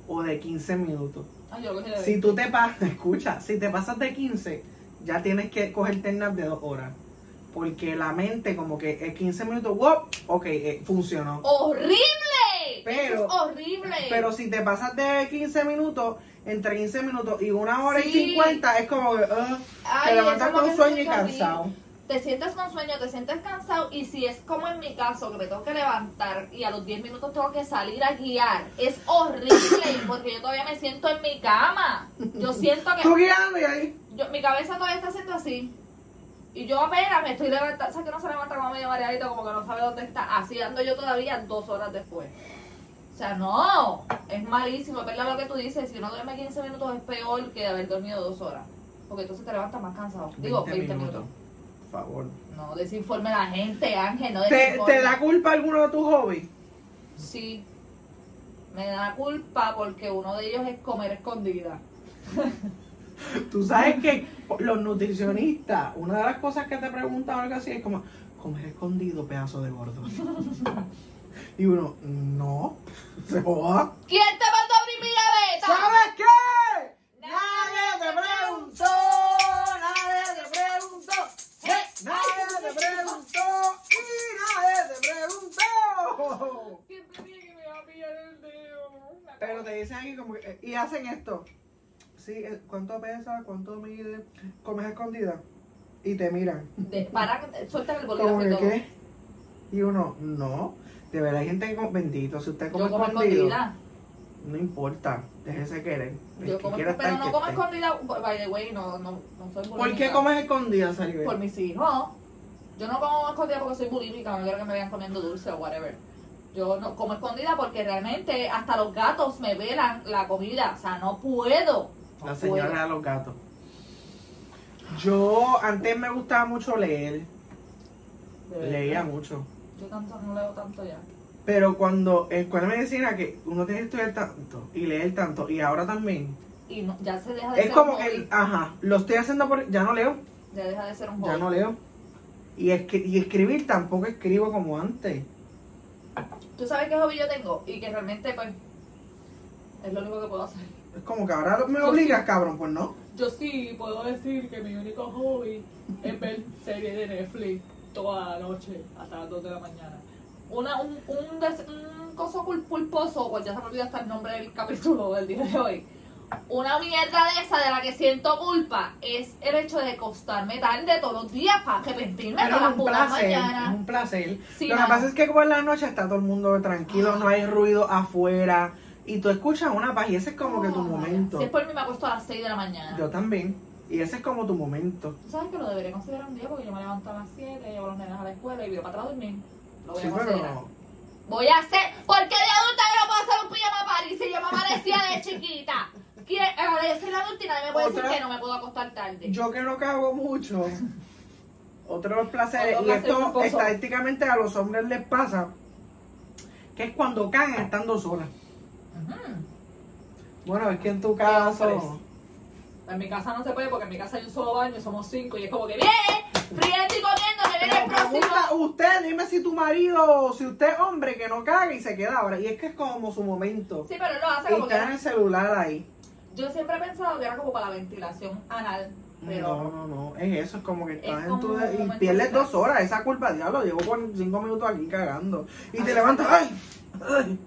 [SPEAKER 2] Ujú.
[SPEAKER 1] o de 15 minutos.
[SPEAKER 2] Ay, yo lo cogí de
[SPEAKER 1] Si tú te pasas, [LAUGHS] escucha, si te pasas de 15, ya tienes que cogerte el nap de 2 horas. Porque la mente como que es 15 minutos, wow, ok, eh, funcionó.
[SPEAKER 2] ¡Horrible!
[SPEAKER 1] Pero-
[SPEAKER 2] Eso es horrible.
[SPEAKER 1] Pero si te pasas de 15 minutos, entre 15 minutos y una hora
[SPEAKER 2] Sí.
[SPEAKER 1] y 50, es como que ah,
[SPEAKER 2] Ay,
[SPEAKER 1] te
[SPEAKER 2] eso
[SPEAKER 1] levantas
[SPEAKER 2] es lo que
[SPEAKER 1] con
[SPEAKER 2] se
[SPEAKER 1] sueño y
[SPEAKER 2] siente horrible.
[SPEAKER 1] cansado.
[SPEAKER 2] Te sientes con sueño, te sientes cansado y si es como en mi caso, que me tengo que levantar y a los 10 minutos tengo que salir a guiar, es
[SPEAKER 1] [COUGHS]
[SPEAKER 2] horrible porque yo todavía me siento en mi cama. Yo siento que...
[SPEAKER 1] Tú guiando y ahí.
[SPEAKER 2] yo, mi cabeza todavía está haciendo así. Y yo apenas me estoy levantando, o sea que no se levanta como medio mareadito, como que no sabe dónde está, así ando yo todavía dos horas después. O sea, no, es malísimo, es verdad lo que tú dices, si uno duerme 15 minutos es peor que haber dormido dos horas, porque entonces te levantas más cansado. Digo, 20, minutos.
[SPEAKER 1] Por favor.
[SPEAKER 2] No, desinforme a la gente, Ángel, no
[SPEAKER 1] ¿Te,
[SPEAKER 2] desinforme.
[SPEAKER 1] te da culpa alguno de tus hobbies?
[SPEAKER 2] Sí, me da culpa porque uno de ellos es comer escondida.
[SPEAKER 1] Tú sabes que los nutricionistas, una de las cosas que te preguntan o algo así es como, comer escondido pedazo
[SPEAKER 2] [LAUGHS]
[SPEAKER 1] de gordo. y uno, no, se joda.
[SPEAKER 2] ¿Quién te mandó a abrir mi gaveta?
[SPEAKER 1] ¿Sabes qué?
[SPEAKER 2] Nadie te preguntó,
[SPEAKER 1] nadie te preguntó, nadie te preguntó y nadie te preguntó.
[SPEAKER 2] Siempre dije que me iba a pillar el dedo. Una
[SPEAKER 1] Pero te dicen aquí como que, eh, y hacen esto. Sí, eh, ¿cuánto pesa? ¿Cuánto mide? Comes escondida. Y te miran.
[SPEAKER 2] De, para, suelta el
[SPEAKER 1] Como
[SPEAKER 2] bolígrafo y
[SPEAKER 1] que,
[SPEAKER 2] todo.
[SPEAKER 1] ¿qué? Y uno, no. De verdad hay gente que como, bendito, si usted come
[SPEAKER 2] Yo como
[SPEAKER 1] escondido,
[SPEAKER 2] escondida.
[SPEAKER 1] no importa, déjese querer. El
[SPEAKER 2] Yo
[SPEAKER 1] que
[SPEAKER 2] como escondida. Pero
[SPEAKER 1] quiera estar,
[SPEAKER 2] no
[SPEAKER 1] que
[SPEAKER 2] como
[SPEAKER 1] esté.
[SPEAKER 2] escondida. By the way, no, no, no soy bulímica.
[SPEAKER 1] pues. ¿Por qué comes escondida, Saribel?
[SPEAKER 2] Por mis hijos. Yo no como escondida porque soy bulímica. No quiero que me vean comiendo dulce o whatever. Yo no como escondida porque realmente hasta los gatos me velan la comida. O sea, no puedo. No puedo.
[SPEAKER 1] La señora de los gatos. Yo antes me gustaba mucho leer,
[SPEAKER 2] De verdad.
[SPEAKER 1] leía mucho.
[SPEAKER 2] Yo tanto, no leo tanto ya.
[SPEAKER 1] Pero cuando en escuela de medicina que uno tiene que estudiar tanto y leer tanto y ahora también
[SPEAKER 2] Y no- ya se deja de
[SPEAKER 1] es
[SPEAKER 2] ser
[SPEAKER 1] como
[SPEAKER 2] un
[SPEAKER 1] el
[SPEAKER 2] hobby.
[SPEAKER 1] ajá lo estoy haciendo por ya no leo
[SPEAKER 2] Ya deja de ser un
[SPEAKER 1] ya
[SPEAKER 2] hobby.
[SPEAKER 1] no leo y, es y escribir tampoco escribo como antes
[SPEAKER 2] Tú sabes qué hobby yo tengo y que realmente pues es lo único que puedo hacer.
[SPEAKER 1] es Pues como que ahora me
[SPEAKER 2] Yo
[SPEAKER 1] obligas cabrón pues no
[SPEAKER 2] Yo sí puedo decir que mi único hobby es ver series de Netflix toda la noche hasta las 2 de la mañana. Una, un, un, des- un coso pul- pulposo, pues ya se me olvidó hasta el nombre del capítulo del día de hoy. Una mierda de esa de la que siento culpa es el hecho de acostarme tarde todos los días para arrepentirme
[SPEAKER 1] Pero
[SPEAKER 2] todas
[SPEAKER 1] es
[SPEAKER 2] las
[SPEAKER 1] un
[SPEAKER 2] putas
[SPEAKER 1] placer es
[SPEAKER 2] mañanas.
[SPEAKER 1] un placer
[SPEAKER 2] Sí,
[SPEAKER 1] lo que
[SPEAKER 2] mano.
[SPEAKER 1] pasa es que por la noche está todo el mundo tranquilo no hay ruido afuera y tú escuchas una paz y ese es como que tu
[SPEAKER 2] Oh,
[SPEAKER 1] momento
[SPEAKER 2] Si es por mí me acuesto a las 6 de la mañana.
[SPEAKER 1] yo también Y ese es como tu momento.
[SPEAKER 2] Tú sabes que lo debería considerar un día porque yo me levanto a las 7, llevo a los nenes a la escuela y viro para atrás a dormir. Lo voy
[SPEAKER 1] Sí,
[SPEAKER 2] a
[SPEAKER 1] pero
[SPEAKER 2] considerar.
[SPEAKER 1] no.
[SPEAKER 2] Voy a hacer. ¿Por qué de adulta yo no puedo hacer un pijama party si yo mamá decía de chiquita? que ahora yo soy la adulta y nadie me puede decir
[SPEAKER 1] Otra.
[SPEAKER 2] que no me puedo acostar tarde.
[SPEAKER 1] Yo que no cago mucho, otro de los placeres,
[SPEAKER 2] Otro
[SPEAKER 1] y
[SPEAKER 2] placer
[SPEAKER 1] esto
[SPEAKER 2] culposo.
[SPEAKER 1] estadísticamente a los hombres les pasa, que es cuando cagan estando solas.
[SPEAKER 2] Ujú.
[SPEAKER 1] Bueno, es que en tu
[SPEAKER 2] hombres?
[SPEAKER 1] caso,
[SPEAKER 2] En mi casa no se puede porque en mi casa hay un solo baño y somos cinco y es como que viene, friendo y comiendo, que viene
[SPEAKER 1] Pero
[SPEAKER 2] el próximo.
[SPEAKER 1] pregunta usted, dime si tu marido, o si usted es hombre que no caga y se queda ahora. Y es que es como su momento.
[SPEAKER 2] Sí, pero él lo hace
[SPEAKER 1] y
[SPEAKER 2] como que.
[SPEAKER 1] está en el celular ahí.
[SPEAKER 2] Yo siempre he pensado que era como para la ventilación anal, pero.
[SPEAKER 1] No, no, no. Es eso, es como que estás en
[SPEAKER 2] como
[SPEAKER 1] tu.
[SPEAKER 2] un
[SPEAKER 1] Y
[SPEAKER 2] momento
[SPEAKER 1] pierdes
[SPEAKER 2] de
[SPEAKER 1] dos
[SPEAKER 2] relax.
[SPEAKER 1] horas. Esa culpa, diablo, llevo con cinco minutos aquí cagando. Y
[SPEAKER 2] Ay,
[SPEAKER 1] te levantas, ¡ay! ¡Ay!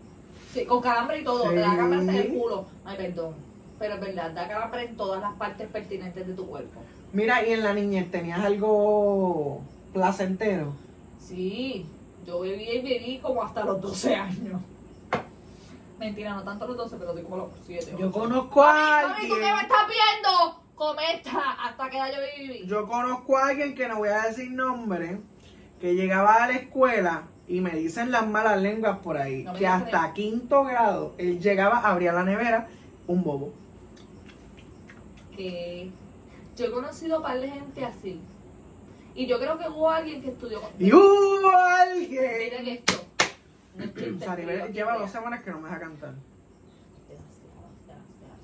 [SPEAKER 2] Sí, con calambre y todo, te da
[SPEAKER 1] Sí.
[SPEAKER 2] calambre hasta en el culo. Ay, perdón. Pero es verdad, da calambre en todas las partes pertinentes de tu cuerpo.
[SPEAKER 1] Mira, y en la niñez tenías algo placentero.
[SPEAKER 2] Sí, yo bebí y bebí como hasta los 12 años. Mentira, no tanto los 12, pero sí como los 7.
[SPEAKER 1] Yo conozco a
[SPEAKER 2] Mami, ¿tú
[SPEAKER 1] alguien.
[SPEAKER 2] qué me estás viendo? Comenta, hasta que edad yo viví. viví?
[SPEAKER 1] Yo conozco a alguien que no voy a decir nombre, que llegaba a la escuela y me dicen las malas lenguas por ahí,
[SPEAKER 2] No me
[SPEAKER 1] que
[SPEAKER 2] digas
[SPEAKER 1] hasta
[SPEAKER 2] de-
[SPEAKER 1] quinto grado él llegaba, abría la nevera, un bobo.
[SPEAKER 2] Que yo he conocido un par de gente así. Y yo creo que hubo alguien que estudió.
[SPEAKER 1] Y hubo
[SPEAKER 2] Miren
[SPEAKER 1] alguien.
[SPEAKER 2] esto. No es chiste,
[SPEAKER 1] Saribel
[SPEAKER 2] escribo,
[SPEAKER 1] lleva
[SPEAKER 2] escribo.
[SPEAKER 1] dos semanas que no me deja cantar.
[SPEAKER 2] Demasiado,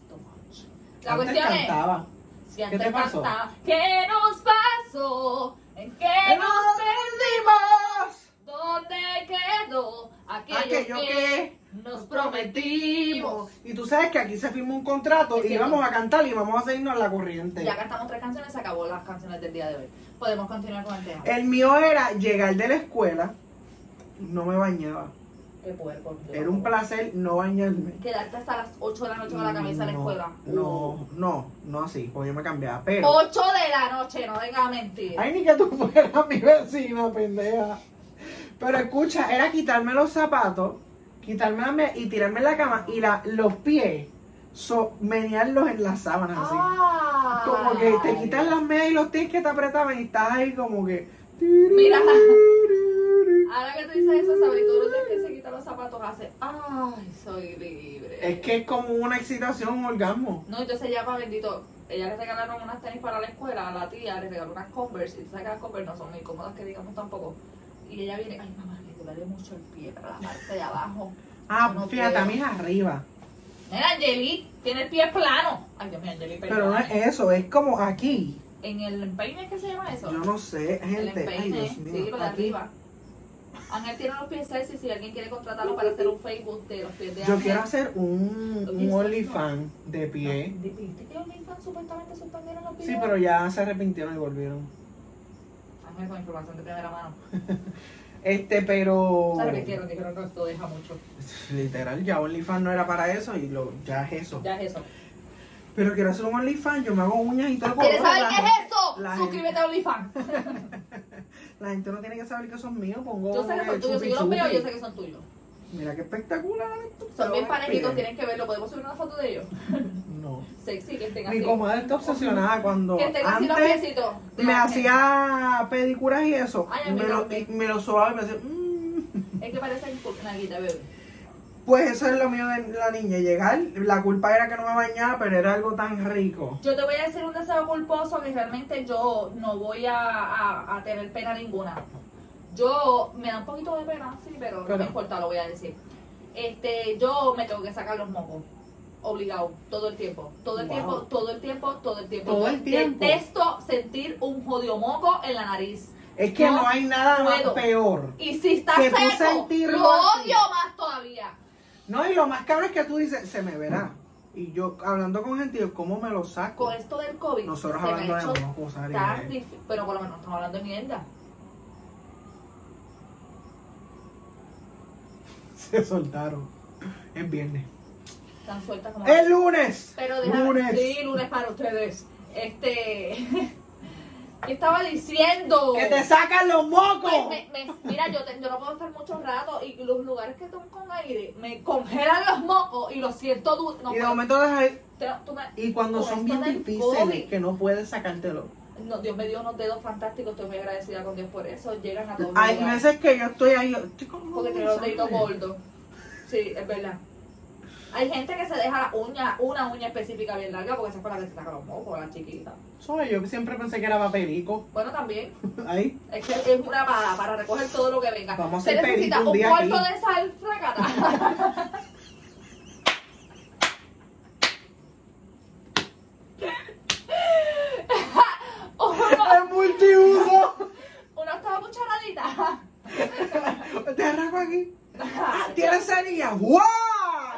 [SPEAKER 2] demasiado, too much. La
[SPEAKER 1] Antes
[SPEAKER 2] cuestión es.
[SPEAKER 1] cantaba.
[SPEAKER 2] Si antes
[SPEAKER 1] te pasó?
[SPEAKER 2] cantaba, ¿Qué nos pasó? ¿En qué
[SPEAKER 1] ¡Nos
[SPEAKER 2] nos
[SPEAKER 1] perdimos!
[SPEAKER 2] ¿Dónde quedó aquello,
[SPEAKER 1] Aquello que
[SPEAKER 2] que nos prometimos?
[SPEAKER 1] Y tú sabes que aquí se firmó un contrato
[SPEAKER 2] Es
[SPEAKER 1] y
[SPEAKER 2] cierto.
[SPEAKER 1] vamos a cantar y vamos a seguirnos la corriente.
[SPEAKER 2] Ya cantamos tres canciones, se acabó las canciones del día de hoy. Podemos continuar con el tema.
[SPEAKER 1] El mío era llegar de la escuela, no me bañaba.
[SPEAKER 2] Qué puerco. yo
[SPEAKER 1] Era un
[SPEAKER 2] no.
[SPEAKER 1] placer no bañarme.
[SPEAKER 2] Quedarte hasta las 8 de la noche con la camisa de la
[SPEAKER 1] No,
[SPEAKER 2] escuela. Uh.
[SPEAKER 1] No, no, no así, porque yo me cambiaba. Pero.
[SPEAKER 2] 8 de la noche, no venga a mentir.
[SPEAKER 1] Ay, ni que tú fueras [LAUGHS] mi vecina, pendeja. Pero escucha, era quitarme los zapatos, quitarme la me- y tirarme en la cama y la, los pies, so, menearlos en las sábanas así.
[SPEAKER 2] Ah.
[SPEAKER 1] Como que te quitas las medias y los pies que te apretaban y estás ahí como que.
[SPEAKER 2] Mira. Ahora que tú dices eso, Sabri, tú no tienes que se quita los zapatos, hace, ay, soy libre.
[SPEAKER 1] Es que es como una excitación, un orgasmo.
[SPEAKER 2] No, entonces ya para bendito, ella le regalaron unas tenis para la escuela, a la tía le regaló unas Converse, y tú sabes que las Converse no son muy cómodas que digamos tampoco. Y ella viene, ay mamá, me duele mucho el pie, pero la parte de abajo.
[SPEAKER 1] Ah,
[SPEAKER 2] Yo no
[SPEAKER 1] fíjate,
[SPEAKER 2] puedo.
[SPEAKER 1] a mí es arriba.
[SPEAKER 2] Mira, Angeli, tiene el pie plano. Ay, Dios mío, Angeli,
[SPEAKER 1] Pero
[SPEAKER 2] perdón.
[SPEAKER 1] no es eso, es como aquí.
[SPEAKER 2] ¿En el empeine qué se llama eso?
[SPEAKER 1] Yo no sé,
[SPEAKER 2] el
[SPEAKER 1] gente. Ay,
[SPEAKER 2] empeine,
[SPEAKER 1] Dios mío.
[SPEAKER 2] sí, para
[SPEAKER 1] Aquí.
[SPEAKER 2] arriba. Ángel tiene los pies sexy, si alguien quiere contratarlo para hacer un Facebook de los pies de
[SPEAKER 1] Yo
[SPEAKER 2] Ángel.
[SPEAKER 1] quiero hacer un,
[SPEAKER 2] Lo
[SPEAKER 1] un
[SPEAKER 2] hizo,
[SPEAKER 1] OnlyFans de pie.
[SPEAKER 2] ¿Viste que OnlyFans supuestamente suspendieron los
[SPEAKER 1] Sí, pero ya se arrepintieron y volvieron.
[SPEAKER 2] Ángel, con información de primera mano.
[SPEAKER 1] Este, pero.
[SPEAKER 2] Se arrepintieron, dijeron no, esto deja mucho.
[SPEAKER 1] Literal, ya OnlyFans no era para eso y lo, ya es eso.
[SPEAKER 2] Ya es eso.
[SPEAKER 1] Pero quiero hacer un OnlyFans, yo me hago uñas y todo.
[SPEAKER 2] ¿Quieres
[SPEAKER 1] color,
[SPEAKER 2] saber
[SPEAKER 1] la
[SPEAKER 2] qué
[SPEAKER 1] gente-
[SPEAKER 2] es eso?
[SPEAKER 1] la
[SPEAKER 2] Suscríbete a OnlyFans.
[SPEAKER 1] La gente no tiene que saber que son míos, pongo.
[SPEAKER 2] Yo sé que son
[SPEAKER 1] eh,
[SPEAKER 2] tuyos. Si
[SPEAKER 1] chupi
[SPEAKER 2] yo los veo,
[SPEAKER 1] chupi.
[SPEAKER 2] yo sé que son tuyos.
[SPEAKER 1] Mira qué espectacular. esto,
[SPEAKER 2] Son bien
[SPEAKER 1] pero-
[SPEAKER 2] parejitos, tienen que verlo. ¿Podemos subir una foto de ellos?
[SPEAKER 1] No.
[SPEAKER 2] Sexy, que estén así.
[SPEAKER 1] Mi comadre está obsesionada cuando.
[SPEAKER 2] Que estén así los
[SPEAKER 1] antes-
[SPEAKER 2] piecitos. de
[SPEAKER 1] me
[SPEAKER 2] Ángel.
[SPEAKER 1] hacía pedicuras y eso.
[SPEAKER 2] Ay, a mí
[SPEAKER 1] me, lo, y
[SPEAKER 2] también.
[SPEAKER 1] me lo sobaba y me hacía. "Mm".
[SPEAKER 2] Es que parecen naguita, bebé.
[SPEAKER 1] Pues eso es lo mío de la niña, llegar. La culpa era que no me bañaba, pero era algo tan rico.
[SPEAKER 2] Yo te voy a decir un deseo culposo que realmente yo no voy a, a- a tener pena ninguna. Yo, me da un poquito de pena, sí, pero no
[SPEAKER 1] Pero-
[SPEAKER 2] me importa, lo voy a decir. Este, yo me tengo que sacar los mocos. Obligado, todo el tiempo, todo el
[SPEAKER 1] Wow.
[SPEAKER 2] tiempo, todo el tiempo, todo el tiempo.
[SPEAKER 1] Todo
[SPEAKER 2] Yo
[SPEAKER 1] el tiempo.
[SPEAKER 2] Detesto sentir un jodido moco en la nariz.
[SPEAKER 1] Es que no,
[SPEAKER 2] No
[SPEAKER 1] hay nada más
[SPEAKER 2] puedo.
[SPEAKER 1] peor.
[SPEAKER 2] Y si está
[SPEAKER 1] Que tú
[SPEAKER 2] seco,
[SPEAKER 1] sentirlo
[SPEAKER 2] lo
[SPEAKER 1] así.
[SPEAKER 2] odio más todavía.
[SPEAKER 1] No, y lo más cabrón es que tú dices, se me verá. Y yo hablando con gente, yo, ¿cómo me lo saco?
[SPEAKER 2] Con esto del COVID,
[SPEAKER 1] Nosotros
[SPEAKER 2] se me ha
[SPEAKER 1] hablando de
[SPEAKER 2] hecho
[SPEAKER 1] mocos, Ari,
[SPEAKER 2] tan
[SPEAKER 1] eh.
[SPEAKER 2] difícil. Pero por lo menos estamos hablando de mierda.
[SPEAKER 1] [LAUGHS] Se soltaron. Es viernes.
[SPEAKER 2] Tan suelta como.
[SPEAKER 1] ¡Es lunes!
[SPEAKER 2] Pero déjame,
[SPEAKER 1] lunes.
[SPEAKER 2] sí, lunes para ustedes. Este, [LAUGHS] ¿qué estaba diciendo?
[SPEAKER 1] ¡Que te sacan los mocos!
[SPEAKER 2] Pues me- me- mira, yo, te- yo no puedo estar mucho rato y los lugares que tengo con aire me congelan los mocos y los siento duros. No
[SPEAKER 1] y de
[SPEAKER 2] puedo.
[SPEAKER 1] momento dejas ahí.
[SPEAKER 2] te- tú me-
[SPEAKER 1] Y cuando
[SPEAKER 2] Tú,
[SPEAKER 1] son
[SPEAKER 2] es
[SPEAKER 1] bien
[SPEAKER 2] que da el
[SPEAKER 1] difíciles,
[SPEAKER 2] COVID.
[SPEAKER 1] que no puedes sacártelo.
[SPEAKER 2] no, Dios me dio unos dedos fantásticos, estoy muy agradecida con Dios por eso. Llegan a todos
[SPEAKER 1] Hay
[SPEAKER 2] lugares.
[SPEAKER 1] veces que yo estoy ahí, yo estoy como-
[SPEAKER 2] Porque tiene los deditos
[SPEAKER 1] ¿sabes?
[SPEAKER 2] gordos. Sí, es verdad. Hay gente que se deja la uña, una uña específica bien larga porque esa es para la que se saca los mocos, la chiquita.
[SPEAKER 1] Soy, yo siempre pensé que era papelico.
[SPEAKER 2] Bueno, también.
[SPEAKER 1] Ahí.
[SPEAKER 2] Es que es una para, para recoger todo lo que venga.
[SPEAKER 1] Vamos a
[SPEAKER 2] se
[SPEAKER 1] hacer
[SPEAKER 2] necesita
[SPEAKER 1] perico un
[SPEAKER 2] un
[SPEAKER 1] día
[SPEAKER 2] cuarto
[SPEAKER 1] aquí.
[SPEAKER 2] de sal fracata.
[SPEAKER 1] ¡Es multiuso!
[SPEAKER 2] Unas cucharaditas.
[SPEAKER 1] Te arranco aquí. Ah, ¿Tienes cerilla? ¡Wow!
[SPEAKER 2] Hay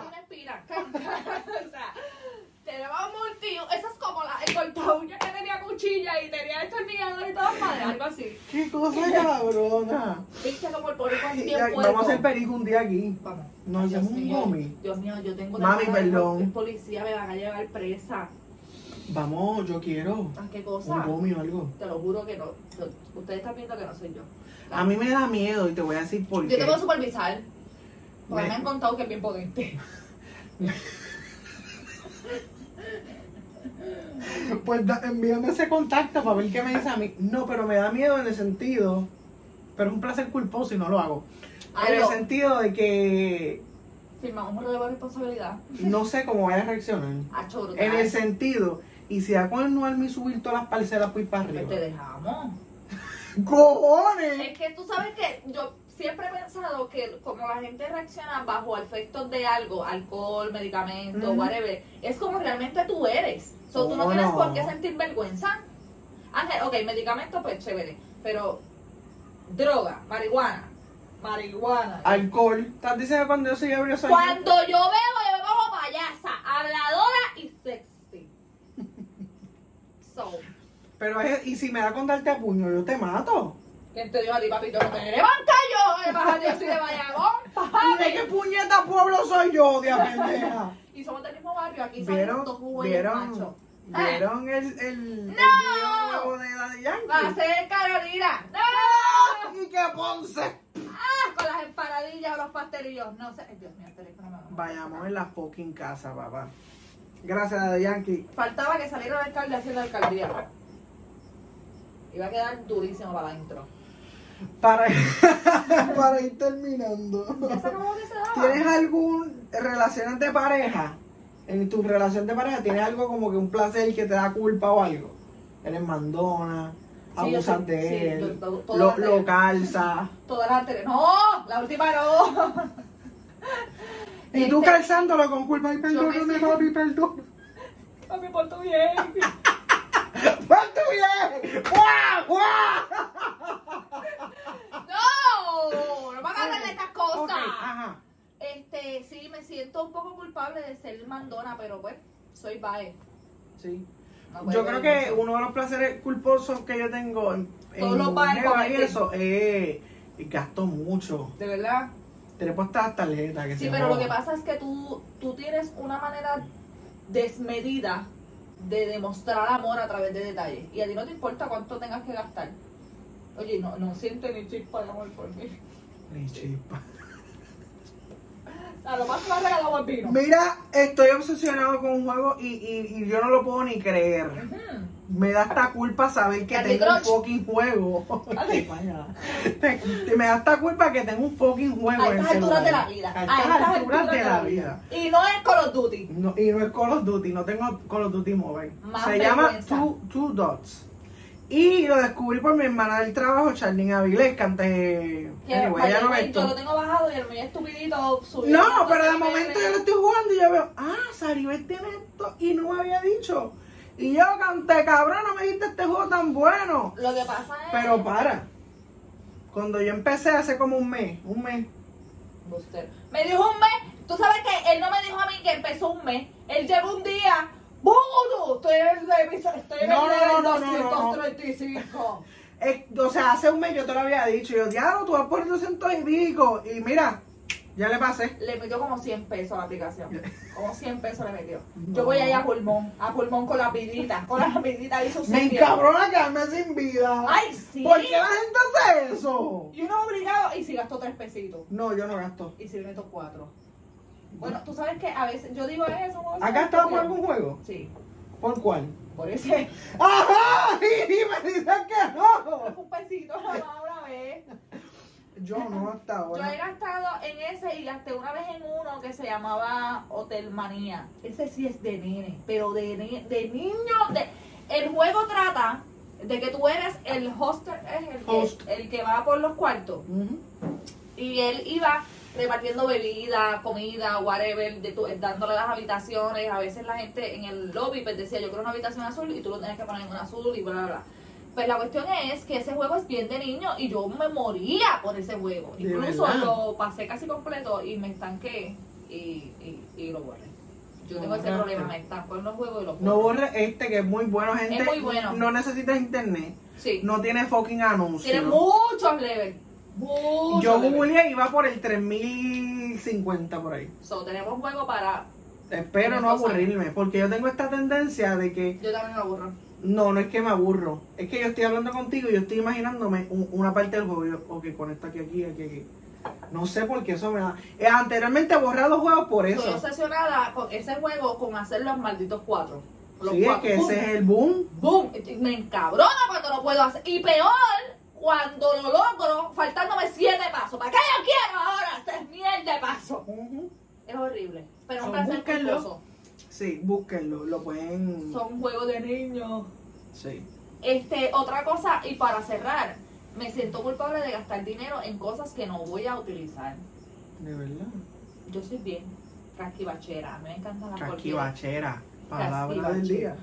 [SPEAKER 2] una espina. o sea, tenemos multiuso. Eso es como la, el corta uña que tenía cuchilla y tenía destornillador y todo madre, algo así.
[SPEAKER 1] ¡Qué cosa cabrona!
[SPEAKER 2] Viste como el porico es
[SPEAKER 1] Ya,
[SPEAKER 2] bien puerco.
[SPEAKER 1] vamos a hacer perico un día aquí.
[SPEAKER 2] Vamos.
[SPEAKER 1] No,
[SPEAKER 2] Ay,
[SPEAKER 1] hacemos un
[SPEAKER 2] mío,
[SPEAKER 1] gomi.
[SPEAKER 2] Dios mío, yo tengo una
[SPEAKER 1] Mami,
[SPEAKER 2] cara de
[SPEAKER 1] perdón.
[SPEAKER 2] que El policía me van a llevar presa.
[SPEAKER 1] Vamos, yo quiero
[SPEAKER 2] ¿A qué
[SPEAKER 1] un
[SPEAKER 2] cosa?
[SPEAKER 1] gomi o algo.
[SPEAKER 2] Te lo juro que no. yo- Ustedes están viendo que no soy yo.
[SPEAKER 1] A mí me da miedo y te voy a decir por
[SPEAKER 2] Yo
[SPEAKER 1] qué.
[SPEAKER 2] te voy a supervisar. Porque
[SPEAKER 1] Me-
[SPEAKER 2] me, han contado que es bien potente.
[SPEAKER 1] Pues da- envíame ese contacto para ver qué me dice a mí. No, pero me da miedo en el sentido. Pero es un placer culposo y no lo hago. En el
[SPEAKER 2] Algo.
[SPEAKER 1] sentido de que
[SPEAKER 2] Firmamos un relevo de responsabilidad.
[SPEAKER 1] no sé cómo vaya a reaccionar.
[SPEAKER 2] A choro.
[SPEAKER 1] En el sentido, y si da con el no al mí subir todas las parcelas por ir para
[SPEAKER 2] Pues te
[SPEAKER 1] arriba.
[SPEAKER 2] dejamos.
[SPEAKER 1] ¡Cojones!
[SPEAKER 2] Es que tú sabes que yo siempre he pensado que como la gente reacciona bajo efectos de algo, alcohol, medicamento,
[SPEAKER 1] Ujú.
[SPEAKER 2] whatever, es como realmente tú eres. So, tú no
[SPEAKER 1] Oh,
[SPEAKER 2] tienes
[SPEAKER 1] no.
[SPEAKER 2] por qué sentir vergüenza. Ángel, ok, medicamento, pues chévere. Pero droga, marihuana, marihuana.
[SPEAKER 1] Alcohol. ¿Estás diciendo cuando yo soy ebrio soy
[SPEAKER 2] Cuando yo veo, yo veo payasa, habladora y sexy. [LAUGHS] So,
[SPEAKER 1] Pero es- y si me da con darte a puño, yo te mato.
[SPEAKER 2] ¿quién te dio a ti, papito? No te levanta yo, eh, baja, yo soy de Bayamón,
[SPEAKER 1] ¿Y de qué puñeta pueblo soy yo, de pendeja?
[SPEAKER 2] Y somos del mismo barrio, aquí
[SPEAKER 1] ¿Vieron?
[SPEAKER 2] salimos dos jóvenes
[SPEAKER 1] ¿Vieron?
[SPEAKER 2] machos.
[SPEAKER 1] ¿Vieron el, el, el
[SPEAKER 2] ¡No! Ah.
[SPEAKER 1] video nuevo de Daddy
[SPEAKER 2] Va a
[SPEAKER 1] Yankee?
[SPEAKER 2] ser Carolina. ¡No!
[SPEAKER 1] ¡Y qué ponce!
[SPEAKER 2] ¡Ah! Con las empanadillas o los pastelillos. No sé. Ay, Dios mío, el teléfono me va a-
[SPEAKER 1] Vayamos ¿eh? en la fucking casa, papá. Gracias, Daddy Yankee.
[SPEAKER 2] Faltaba que saliera el alcalde haciendo alcaldía. Iba a quedar durísimo para adentro.
[SPEAKER 1] Para, para ir terminando.
[SPEAKER 2] ¿Esa como que se daba?
[SPEAKER 1] ¿Tienes algún relaciones de pareja? En tu relación de pareja, ¿tienes algo como que un placer que te da culpa o algo? Eres mandona,
[SPEAKER 2] Sí, yo
[SPEAKER 1] abusas
[SPEAKER 2] soy-
[SPEAKER 1] de
[SPEAKER 2] sí,
[SPEAKER 1] él,
[SPEAKER 2] yo- todo-
[SPEAKER 1] lo,
[SPEAKER 2] todo-
[SPEAKER 1] lo calza.
[SPEAKER 2] Todas las anteriores. ¡No! La última no.
[SPEAKER 1] Y tú
[SPEAKER 2] Este-
[SPEAKER 1] calzándolo con culpa, ay, perdóname,
[SPEAKER 2] pensé-
[SPEAKER 1] papi, perdón.
[SPEAKER 2] A mí por tu bien.
[SPEAKER 1] ¡Cuánto bien! ¡Guau, guau!
[SPEAKER 2] ¡No! No me hagas de estas cosas.
[SPEAKER 1] Ok, ajá.
[SPEAKER 2] Este, sí, me siento un poco culpable de ser mandona, pero pues, soy bae.
[SPEAKER 1] Sí.
[SPEAKER 2] No puedo
[SPEAKER 1] Yo creo
[SPEAKER 2] ver
[SPEAKER 1] que
[SPEAKER 2] mucho.
[SPEAKER 1] uno de los placeres culposos que yo tengo en, en
[SPEAKER 2] Todos los bares
[SPEAKER 1] Neva y
[SPEAKER 2] cometen.
[SPEAKER 1] eso es gasto mucho.
[SPEAKER 2] De verdad.
[SPEAKER 1] Te puestas las tarjetas que
[SPEAKER 2] Sí,
[SPEAKER 1] se
[SPEAKER 2] pero lo
[SPEAKER 1] jodan.
[SPEAKER 2] que pasa es que tú, tú tienes una manera desmedida de demostrar amor a través de detalles. Y a ti no te importa cuánto tengas que gastar. Oye, no, no siente ni chispa de amor por mí.
[SPEAKER 1] Ni chispa.
[SPEAKER 2] [LAUGHS] A lo más que me has regalado es vino.
[SPEAKER 1] Mira, estoy obsesionado con un juego y, y- y yo no lo puedo ni creer.
[SPEAKER 2] Mm.
[SPEAKER 1] Me da esta culpa saber que
[SPEAKER 2] Candy
[SPEAKER 1] tengo un
[SPEAKER 2] Crush.
[SPEAKER 1] fucking juego.
[SPEAKER 2] Dale.
[SPEAKER 1] Te- [LAUGHS] te- me da esta culpa que tengo un fucking juego.
[SPEAKER 2] A
[SPEAKER 1] en el
[SPEAKER 2] estas alturas
[SPEAKER 1] celular.
[SPEAKER 2] de la vida.
[SPEAKER 1] A estas alturas de la vida.
[SPEAKER 2] Y no es Call of Duty.
[SPEAKER 1] No, y no es Call of Duty, no tengo Call of Duty Mobile.
[SPEAKER 2] Más
[SPEAKER 1] Se llama
[SPEAKER 2] vergüenza.
[SPEAKER 1] Two, Two Dots. Y lo descubrí por mi hermana del trabajo, Charlene Avilés, que antes...
[SPEAKER 2] Que,
[SPEAKER 1] Anyway,
[SPEAKER 2] by
[SPEAKER 1] ella
[SPEAKER 2] the
[SPEAKER 1] no ve
[SPEAKER 2] way,
[SPEAKER 1] esto.
[SPEAKER 2] yo lo tengo bajado y el mío estupidito subido.
[SPEAKER 1] No, pero de momento yo lo estoy jugando y yo veo, ah, Saribel tiene esto y no me había dicho. Y yo canté, cabrón, no me diste este juego tan bueno.
[SPEAKER 2] Lo que pasa es...
[SPEAKER 1] Pero para. Cuando yo empecé hace como un mes, un mes.
[SPEAKER 2] Buster. Me dijo un mes. Tú sabes que él no me dijo a mí que empezó un mes. Él llegó un día. ¡Budo! Estoy en el de estoy en
[SPEAKER 1] No,
[SPEAKER 2] el nivel
[SPEAKER 1] no, no, no, no, no.
[SPEAKER 2] 235.
[SPEAKER 1] Eh, o sea, hace un mes yo te lo había dicho. Yo, diablo, tú vas por 200 y pico. Y mira, ya le pasé.
[SPEAKER 2] Le metió como 100 pesos a la aplicación. Como 100 pesos le metió. Yo voy ahí a pulmón. A pulmón con la pilita. Con la pilita y sus
[SPEAKER 1] Me
[SPEAKER 2] sitios.
[SPEAKER 1] encabrona quedarme sin vida.
[SPEAKER 2] ¡Ay, sí!
[SPEAKER 1] ¿Por qué la gente hace eso?
[SPEAKER 2] Y uno obligado. Y si gastó 3 pesitos.
[SPEAKER 1] No, yo no gasto.
[SPEAKER 2] Y si le meto 4. Bueno, tú sabes que a veces yo digo eso. ¿no?
[SPEAKER 1] ¿Has gastado por algún juego?
[SPEAKER 2] Sí,
[SPEAKER 1] ¿Por cuál?
[SPEAKER 2] por ese. [LAUGHS]
[SPEAKER 1] ¡Ajá! [LAUGHS] Y me dicen que
[SPEAKER 2] Fue
[SPEAKER 1] no.
[SPEAKER 2] un pesito nada
[SPEAKER 1] [LAUGHS]
[SPEAKER 2] más una vez.
[SPEAKER 1] Ah, Yo no hasta
[SPEAKER 2] Yo he
[SPEAKER 1] ahora.
[SPEAKER 2] gastado en ese y gasté una vez en uno que se llamaba Hotel Manía. Ese sí es de nene, pero de, ne- de niño. De, el juego trata de que tú eres el hostel, es el, que-
[SPEAKER 1] Host.
[SPEAKER 2] el que va por los cuartos.
[SPEAKER 1] Ujú.
[SPEAKER 2] Y él iba repartiendo bebida, comida, whatever, de tu- dándole las habitaciones. A veces la gente en el lobby pues, decía, yo quiero una habitación azul y tú lo tenías que poner en una azul y bla, bla, bla. Pues la cuestión es que ese juego es bien de niño y yo me moría por ese juego.
[SPEAKER 1] De
[SPEAKER 2] Incluso
[SPEAKER 1] verdad.
[SPEAKER 2] lo pasé casi completo y me estanqué y, y, y lo borré. Yo tengo ese
[SPEAKER 1] Borraste.
[SPEAKER 2] problema, me estanco en los juegos y los
[SPEAKER 1] No
[SPEAKER 2] borro.
[SPEAKER 1] borre este que es muy bueno, gente.
[SPEAKER 2] Es muy bueno.
[SPEAKER 1] No necesitas internet.
[SPEAKER 2] Sí,
[SPEAKER 1] No tiene fucking anuncios.
[SPEAKER 2] tiene muchos levels. Muchos
[SPEAKER 1] Yo
[SPEAKER 2] levels.
[SPEAKER 1] googleé y va por el 3050 por ahí.
[SPEAKER 2] So, tenemos juego para...
[SPEAKER 1] Espero
[SPEAKER 2] Una
[SPEAKER 1] no
[SPEAKER 2] cosa.
[SPEAKER 1] aburrirme, porque yo tengo esta tendencia de que
[SPEAKER 2] Yo también lo borro.
[SPEAKER 1] no, no es que me aburro, es que yo estoy hablando contigo y yo estoy imaginándome un- una parte del juego. Yo, ok, con esto aquí, aquí, aquí, aquí. No sé por qué eso me da. eh, anteriormente he borrado juegos por
[SPEAKER 2] Estoy
[SPEAKER 1] eso.
[SPEAKER 2] obsesionada con ese juego con hacer los malditos cuatro. Los
[SPEAKER 1] Sí, es
[SPEAKER 2] cuatro.
[SPEAKER 1] que
[SPEAKER 2] ¡Bum!
[SPEAKER 1] ese es el boom.
[SPEAKER 2] ¡Bum! Me encabrona cuando lo puedo hacer. Y peor, cuando lo logro, faltándome siete pasos. ¿Para qué yo quiero ahora hacer miel de pasos?
[SPEAKER 1] Ujú.
[SPEAKER 2] Es horrible. Pero
[SPEAKER 1] Son
[SPEAKER 2] un placer
[SPEAKER 1] búsquenlo.
[SPEAKER 2] culposo.
[SPEAKER 1] Sí, búsquenlo, lo pueden.
[SPEAKER 2] Son juegos de niños.
[SPEAKER 1] Sí.
[SPEAKER 2] Este, otra cosa, y para cerrar, me siento culpable de gastar dinero en cosas que no voy a utilizar.
[SPEAKER 1] De verdad.
[SPEAKER 2] Ah, Yo soy bien casquibachera. Me encantan las porquerías.
[SPEAKER 1] Casquibachera. Palabra del
[SPEAKER 2] Casquibachera.
[SPEAKER 1] día.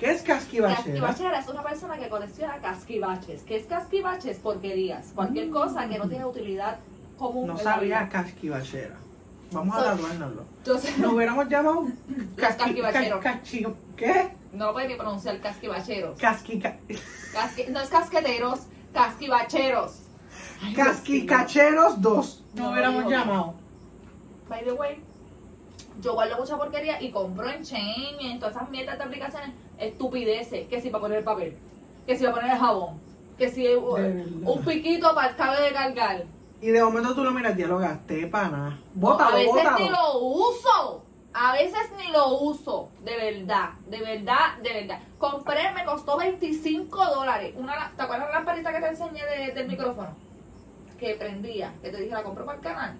[SPEAKER 1] ¿Qué es casquibachera?
[SPEAKER 2] Casquibachera es una persona que colecciona casquivaches. ¿Qué es casquivaches? Porquerías. Cualquier cosa que no tiene utilidad común.
[SPEAKER 1] Mm. No
[SPEAKER 2] en la
[SPEAKER 1] sabía
[SPEAKER 2] vida.
[SPEAKER 1] casquibachera. Vamos a
[SPEAKER 2] So-
[SPEAKER 1] tatuárnoslo.
[SPEAKER 2] Yo sé,
[SPEAKER 1] Nos hubiéramos llamado casqui-
[SPEAKER 2] casquivacheros.
[SPEAKER 1] ca- cachi- ¿Qué?
[SPEAKER 2] no lo pueden ni pronunciar casquivacheros.
[SPEAKER 1] Casqui, ca-
[SPEAKER 2] Casqui- no es casqueteros, casquivacheros. Ay, Dios mío.
[SPEAKER 1] casquicacheros 2.
[SPEAKER 2] No,
[SPEAKER 1] Nos hubiéramos
[SPEAKER 2] no.
[SPEAKER 1] llamado.
[SPEAKER 2] By the way, yo guardo mucha porquería y compro en Chain y en todas esas mierdas de aplicaciones estupideces. Que si para poner el papel, que si para poner el jabón, que si uh,
[SPEAKER 1] verdad.
[SPEAKER 2] un piquito para el cable de cargar.
[SPEAKER 1] Y de momento tú lo miras, ya lo gasté, pana.
[SPEAKER 2] a
[SPEAKER 1] Bótalo,
[SPEAKER 2] veces ni
[SPEAKER 1] bótalo.
[SPEAKER 2] lo uso. A veces ni lo uso. De verdad, de verdad, de verdad. Compré, me costó 25 dólares. Una, la- ¿Te acuerdas la lamparita que te enseñé de- del micrófono? Que prendía. Que te dije, la compró para el canal.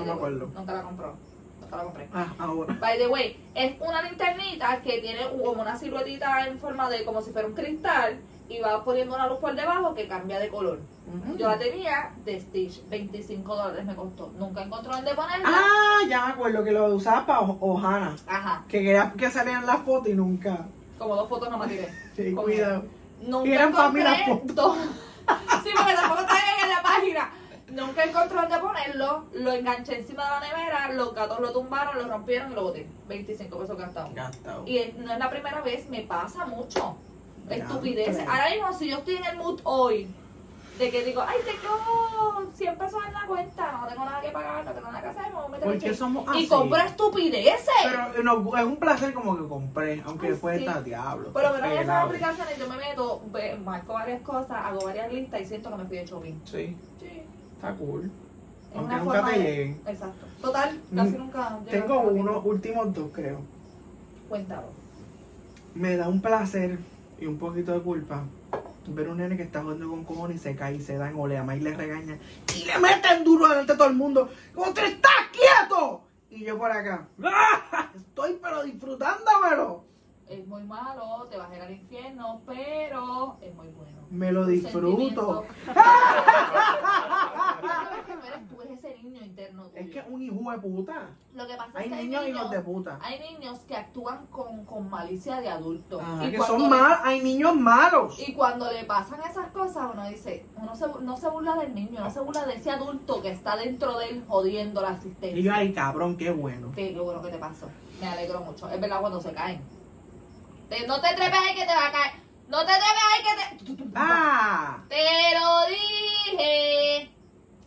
[SPEAKER 2] By the
[SPEAKER 1] me
[SPEAKER 2] way,
[SPEAKER 1] acuerdo.
[SPEAKER 2] Nunca la compró. Nunca la compré.
[SPEAKER 1] Ah, ahora.
[SPEAKER 2] By the way, es una linternita que tiene como una siluetita en forma de como si fuera un cristal y va poniendo una luz por debajo que cambia de color.
[SPEAKER 1] Ujú.
[SPEAKER 2] Yo la tenía de Stitch, 25 dólares me costó. Nunca encontró dónde ponerla.
[SPEAKER 1] Ah, ya me acuerdo que lo usaba para Ohana.
[SPEAKER 2] Ajá,
[SPEAKER 1] Que quería que salieran las fotos y nunca.
[SPEAKER 2] como dos fotos nomás tiré.
[SPEAKER 1] Sí,
[SPEAKER 2] Como-
[SPEAKER 1] cuidado.
[SPEAKER 2] Nunca
[SPEAKER 1] Y eran pa' mí las
[SPEAKER 2] encontré dos- sí, porque tampoco estaban en la página. Nunca encontré dónde ponerlo, lo enganché encima de la nevera, los gatos lo tumbaron, lo rompieron y lo boté. 25 pesos gastados.
[SPEAKER 1] Gastado.
[SPEAKER 2] Y es- no es la primera vez, me pasa mucho.
[SPEAKER 1] Ya,
[SPEAKER 2] Estupideces.
[SPEAKER 1] pero-
[SPEAKER 2] Ahora mismo, si yo estoy en el mood hoy, de que digo, ay, tengo 100 pesos en la cuenta, no tengo nada que pagar, no tengo nada que hacer, me voy a meter
[SPEAKER 1] ¿Por
[SPEAKER 2] el
[SPEAKER 1] qué
[SPEAKER 2] chip".
[SPEAKER 1] somos
[SPEAKER 2] Y este.
[SPEAKER 1] así?
[SPEAKER 2] compro estupideces.
[SPEAKER 1] Pero eh, no, es un placer como que compré, aunque
[SPEAKER 2] Ay,
[SPEAKER 1] después
[SPEAKER 2] sí.
[SPEAKER 1] está diablo.
[SPEAKER 2] Por lo menos en esas
[SPEAKER 1] pelado.
[SPEAKER 2] aplicaciones yo me meto, ve- marco varias cosas, hago varias listas y siento que me fui de shopping.
[SPEAKER 1] Sí,
[SPEAKER 2] Sí.
[SPEAKER 1] está cool.
[SPEAKER 2] Es
[SPEAKER 1] Aunque
[SPEAKER 2] una
[SPEAKER 1] nunca
[SPEAKER 2] forma
[SPEAKER 1] te
[SPEAKER 2] de-
[SPEAKER 1] lleguen.
[SPEAKER 2] Exacto. Total, casi
[SPEAKER 1] Mm,
[SPEAKER 2] nunca. llega
[SPEAKER 1] Tengo
[SPEAKER 2] el shopping.
[SPEAKER 1] unos últimos dos, creo.
[SPEAKER 2] Cuéntalo.
[SPEAKER 1] Me da un placer y un poquito de culpa ver un nene que está jugando con cojones y se cae y se da en oleama y le regaña y le meten duro delante de todo el mundo. ¡Como tú estás quieto! Y yo por acá. ¡ah! Estoy pero disfrutándomelo.
[SPEAKER 2] Es muy malo, te vas a ir al infierno, pero es muy bueno.
[SPEAKER 1] Me lo disfruto. [LAUGHS]
[SPEAKER 2] Sentimiento. Sabes que no eres tú, es ese niño interno tuyo.
[SPEAKER 1] Es que un hijo de puta.
[SPEAKER 2] Lo que pasa
[SPEAKER 1] Hay
[SPEAKER 2] es que
[SPEAKER 1] niños
[SPEAKER 2] hay
[SPEAKER 1] hijos
[SPEAKER 2] niños,
[SPEAKER 1] de puta.
[SPEAKER 2] hay niños que actúan con, con malicia de adulto.
[SPEAKER 1] Ajá,
[SPEAKER 2] Y
[SPEAKER 1] Ah, que
[SPEAKER 2] cuando le-
[SPEAKER 1] son malos, hay niños malos.
[SPEAKER 2] Y cuando le pasan esas cosas, uno dice, uno se, no se burla del niño, no se burla de ese adulto que está dentro de él jodiendo la
[SPEAKER 1] Y
[SPEAKER 2] asistencia.
[SPEAKER 1] yo, ay, cabrón, qué bueno.
[SPEAKER 2] Te, lo bueno que te pasó. Me alegro mucho. Es verdad cuando se caen. Te- no te trepes ahí que te va a caer. No te trepes ahí que te...
[SPEAKER 1] ¡Ah!
[SPEAKER 2] Te lo dije.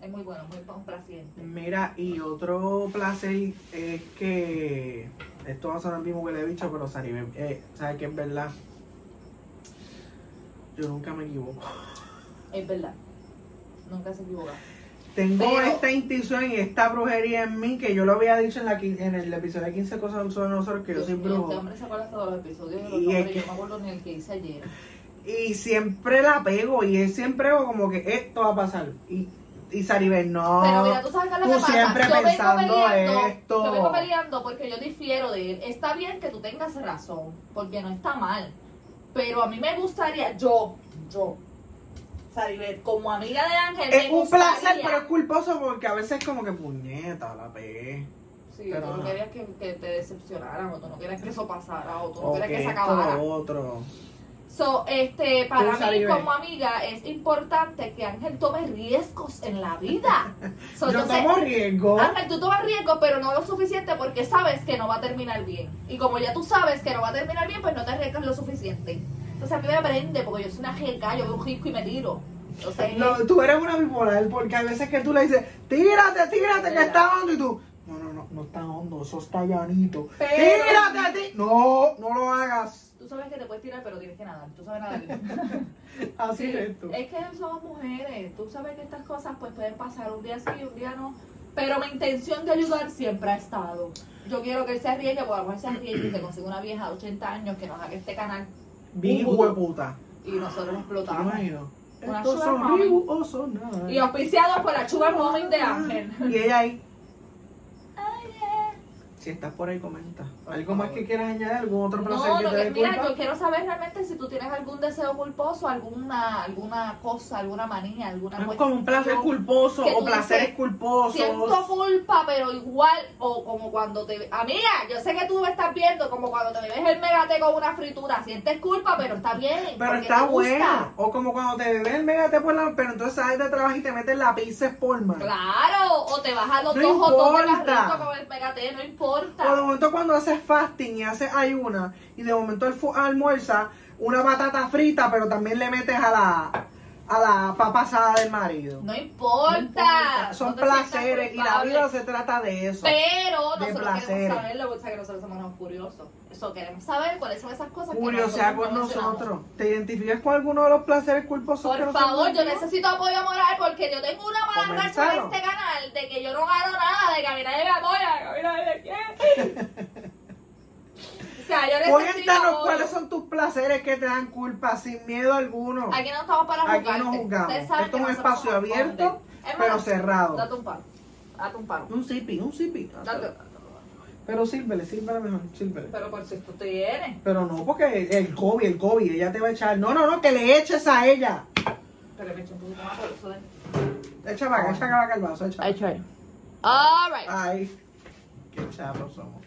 [SPEAKER 2] Es muy bueno, muy complaciente.
[SPEAKER 1] Mira, y otro placer es que. Esto va a sonar mismo huele bicho, pero Saribé, eh, ¿sabes qué es verdad? Yo nunca me equivoco.
[SPEAKER 2] Es verdad. Nunca se equivoca.
[SPEAKER 1] Tengo
[SPEAKER 2] Pero-
[SPEAKER 1] esta intuición y esta brujería en mí que yo lo había dicho en, la, quin- en el episodio de 15 cosas sobre nosotros que yo soy
[SPEAKER 2] Dios mío, Este
[SPEAKER 1] brujo.
[SPEAKER 2] hombre se acuerda todos los episodios de
[SPEAKER 1] Y
[SPEAKER 2] los
[SPEAKER 1] es
[SPEAKER 2] nombres,
[SPEAKER 1] que-
[SPEAKER 2] yo no me acuerdo ni el que hice ayer.
[SPEAKER 1] Y siempre la pego y es siempre hago como que esto va a pasar. Y, y Saribel, no.
[SPEAKER 2] Pero mira, tú sabes qué es lo que
[SPEAKER 1] tú
[SPEAKER 2] pasa.
[SPEAKER 1] siempre
[SPEAKER 2] yo vengo
[SPEAKER 1] pensando
[SPEAKER 2] peleando,
[SPEAKER 1] esto.
[SPEAKER 2] Yo vengo peleando porque yo difiero de él. Está bien que tú tengas razón, porque no está mal. Pero a mí me gustaría, yo, yo, Saribel, como amiga de Ángel,
[SPEAKER 1] es
[SPEAKER 2] me
[SPEAKER 1] un
[SPEAKER 2] gustaría-
[SPEAKER 1] placer, pero es culposo porque a veces como que puñeta, la pegué.
[SPEAKER 2] Sí,
[SPEAKER 1] pero
[SPEAKER 2] tú no
[SPEAKER 1] no.
[SPEAKER 2] querías que, que te decepcionaran, o tú no querías que eso pasara, o tú no
[SPEAKER 1] O
[SPEAKER 2] querías
[SPEAKER 1] que
[SPEAKER 2] que se
[SPEAKER 1] esto
[SPEAKER 2] acabara.
[SPEAKER 1] o otro.
[SPEAKER 2] So, este, para
[SPEAKER 1] Tú,
[SPEAKER 2] mí
[SPEAKER 1] Saribel.
[SPEAKER 2] como amiga es importante que Ángel tome riesgos en la
[SPEAKER 1] [LAUGHS]
[SPEAKER 2] vida. So,
[SPEAKER 1] yo
[SPEAKER 2] entonces,
[SPEAKER 1] tomo riesgo.
[SPEAKER 2] Ángel, tú tomas riesgo, pero no lo suficiente porque sabes que no va a terminar bien. Y como ya tú sabes que no va a terminar bien, pues no te arriesgas lo suficiente. Entonces a mí me prende porque yo soy una jeca, yo veo un risco y me tiro. Entonces,
[SPEAKER 1] No, tú eres una bipolar porque hay veces que tú le dices, tírate, tírate, que
[SPEAKER 2] ¿Verdad?
[SPEAKER 1] está hondo. Y tú, no, no, no, no está hondo, eso está llanito.
[SPEAKER 2] Pero-
[SPEAKER 1] Tírate, ti- No, no lo hagas.
[SPEAKER 2] eh, tú sabes que te puedes tirar, pero tienes que nadar. Tú sabes nadar.
[SPEAKER 1] [LAUGHS] Así
[SPEAKER 2] Sí,
[SPEAKER 1] es esto.
[SPEAKER 2] es que somos mujeres. Tú sabes que estas cosas pues pueden pasar un día sí, un día no. Pero mi intención de ayudar siempre ha estado. Yo quiero que él se arriesgue, porque a lo mejor se arriesgue y se consiga una vieja de 80 años que nos haga este canal
[SPEAKER 1] Bien
[SPEAKER 2] un-
[SPEAKER 1] hijo de puta.
[SPEAKER 2] y nosotros
[SPEAKER 1] ¿Te
[SPEAKER 2] explotamos.
[SPEAKER 1] imaginas?
[SPEAKER 2] Una
[SPEAKER 1] Estos
[SPEAKER 2] sugar
[SPEAKER 1] son
[SPEAKER 2] mommy.
[SPEAKER 1] ribos o son nada.
[SPEAKER 2] Y auspiciados por la Sugar Mommy de Ángel.
[SPEAKER 1] Y ella ahí. Si estás por ahí, comenta. ¿Algo más que quieras añadir? ¿Algún otro placer
[SPEAKER 2] No,
[SPEAKER 1] que
[SPEAKER 2] lo
[SPEAKER 1] te
[SPEAKER 2] que,
[SPEAKER 1] dé
[SPEAKER 2] mira,
[SPEAKER 1] culpa?
[SPEAKER 2] yo quiero saber realmente si tú tienes algún deseo culposo, alguna, alguna cosa, alguna manía, alguna
[SPEAKER 1] Es
[SPEAKER 2] cuestión.
[SPEAKER 1] como un placer culposo
[SPEAKER 2] que
[SPEAKER 1] o
[SPEAKER 2] tú
[SPEAKER 1] placeres
[SPEAKER 2] dices,
[SPEAKER 1] culposos.
[SPEAKER 2] Siento culpa, pero igual, o como cuando te... Amiga, yo sé que tú me estás viendo, como cuando te bebes el megate con una fritura, sientes culpa, pero está bien.
[SPEAKER 1] Pero
[SPEAKER 2] porque
[SPEAKER 1] está
[SPEAKER 2] te gusta.
[SPEAKER 1] bueno. O como cuando te bebes el megate por la. Pero entonces sales de trabajo y te metes la pizza espolma.
[SPEAKER 2] Claro, o te bajas los
[SPEAKER 1] No
[SPEAKER 2] dos o dos de
[SPEAKER 1] importa.
[SPEAKER 2] rico con el megate, no
[SPEAKER 1] O de
[SPEAKER 2] importa.
[SPEAKER 1] momento cuando haces fasting y haces ayuna y de momento el fu- almuerza una batata frita, pero también le metes a la a la papa asada del marido.
[SPEAKER 2] No
[SPEAKER 1] No
[SPEAKER 2] importa.
[SPEAKER 1] importa, Son
[SPEAKER 2] no te sientas
[SPEAKER 1] placeres y la
[SPEAKER 2] culpable.
[SPEAKER 1] vida se trata de eso.
[SPEAKER 2] Pero
[SPEAKER 1] De
[SPEAKER 2] nosotros
[SPEAKER 1] placeres.
[SPEAKER 2] queremos saberlo, porque que nosotros somos unos curiosos. Eso queremos saber cuáles son esas cosas
[SPEAKER 1] Curiosidad
[SPEAKER 2] que
[SPEAKER 1] con
[SPEAKER 2] no mencionamos.
[SPEAKER 1] nosotros. ¿Te identificas con alguno de los placeres culposos que
[SPEAKER 2] Por
[SPEAKER 1] nosotros
[SPEAKER 2] favor, yo
[SPEAKER 1] tenemos?
[SPEAKER 2] necesito apoyo moral porque yo tengo una mala racha en
[SPEAKER 1] Coméntalo.
[SPEAKER 2] este canal de que yo no gano nada, de que a mí nadie me apoya, que a mí nadie me quiere.
[SPEAKER 1] [LAUGHS]
[SPEAKER 2] O sea, yo necesito
[SPEAKER 1] Cuéntanos
[SPEAKER 2] apoyo.
[SPEAKER 1] cuáles son tus placeres que te dan culpa sin miedo alguno.
[SPEAKER 2] Aquí no estamos para
[SPEAKER 1] Aquí
[SPEAKER 2] juzgarte.
[SPEAKER 1] no juzgamos.
[SPEAKER 2] Ustedes saben
[SPEAKER 1] Esto
[SPEAKER 2] que
[SPEAKER 1] es un
[SPEAKER 2] nosotros
[SPEAKER 1] espacio
[SPEAKER 2] somos
[SPEAKER 1] abierto,
[SPEAKER 2] hombres. Es
[SPEAKER 1] pero
[SPEAKER 2] más,
[SPEAKER 1] cerrado.
[SPEAKER 2] Date un paro. Date un paro.
[SPEAKER 1] Un sipi, un sipi.
[SPEAKER 2] Date-
[SPEAKER 1] Pero sírvele, sírvele mejor, sírvele.
[SPEAKER 2] Pero por si tú tienes.
[SPEAKER 1] Pero no, porque el COVID, el COVID, ella te va a echar. No, no, no, que le eches a ella.
[SPEAKER 2] Pero me echo un poquito más por eso de...
[SPEAKER 1] Echa
[SPEAKER 2] Ah.
[SPEAKER 1] vaca, echa vaca al vaso, echa.
[SPEAKER 2] try. All right.
[SPEAKER 1] Ay, qué charros somos.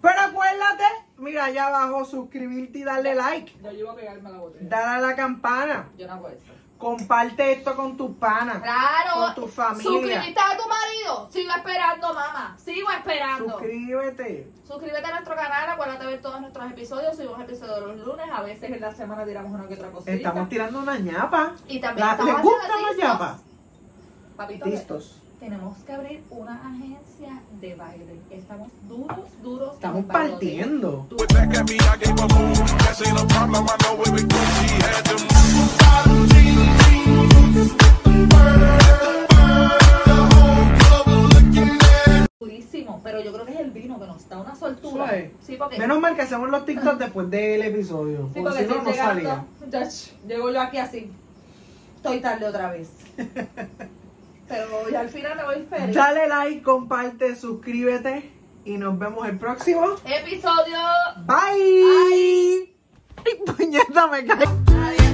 [SPEAKER 1] Pero acuérdate, mira allá abajo, suscribirte y darle like.
[SPEAKER 2] Yo llevo a pegarme la botella.
[SPEAKER 1] Dale a la campana.
[SPEAKER 2] Yo no hago eso.
[SPEAKER 1] Comparte esto con tus panas.
[SPEAKER 2] Claro.
[SPEAKER 1] Con tu familia.
[SPEAKER 2] Suscríbete a tu marido. Sigo esperando, mamá. Sigo esperando.
[SPEAKER 1] Suscríbete.
[SPEAKER 2] Suscríbete a nuestro canal. Acuérdate de ver todos nuestros episodios. Subimos episodios los lunes. A veces en la semana tiramos una que otra cosita.
[SPEAKER 1] Estamos tirando una ñapa.
[SPEAKER 2] Y también
[SPEAKER 1] La-
[SPEAKER 2] estamos
[SPEAKER 1] ¿Les
[SPEAKER 2] haciendo
[SPEAKER 1] gustan las
[SPEAKER 2] listos.
[SPEAKER 1] ñapas?
[SPEAKER 2] Papito,
[SPEAKER 1] Listos.
[SPEAKER 2] tenemos que abrir una agencia de baile. Estamos duros, duros.
[SPEAKER 1] Estamos
[SPEAKER 2] con el baile.
[SPEAKER 1] partiendo.
[SPEAKER 4] With that got me, I gave a move. That ain't a problem, I know it was good. She had them.
[SPEAKER 2] Durísimo. Pero yo creo que es el vino que nos da una soltura.
[SPEAKER 1] Suave.
[SPEAKER 2] Sí, porque...
[SPEAKER 1] Menos mal que hacemos los TikToks después del episodio.
[SPEAKER 2] Sí,
[SPEAKER 1] porque
[SPEAKER 2] porque
[SPEAKER 1] si no,
[SPEAKER 2] estoy
[SPEAKER 1] no
[SPEAKER 2] llegando.
[SPEAKER 1] salía.
[SPEAKER 2] Muchach, llego yo aquí así. Estoy tarde otra
[SPEAKER 1] [LAUGHS]
[SPEAKER 2] vez. Pero ya al final me voy feliz.
[SPEAKER 1] Dale like, comparte, suscríbete y nos vemos el próximo.
[SPEAKER 2] Episodio
[SPEAKER 1] Bye. Ay, puñeta, me caí.
[SPEAKER 3] Nadie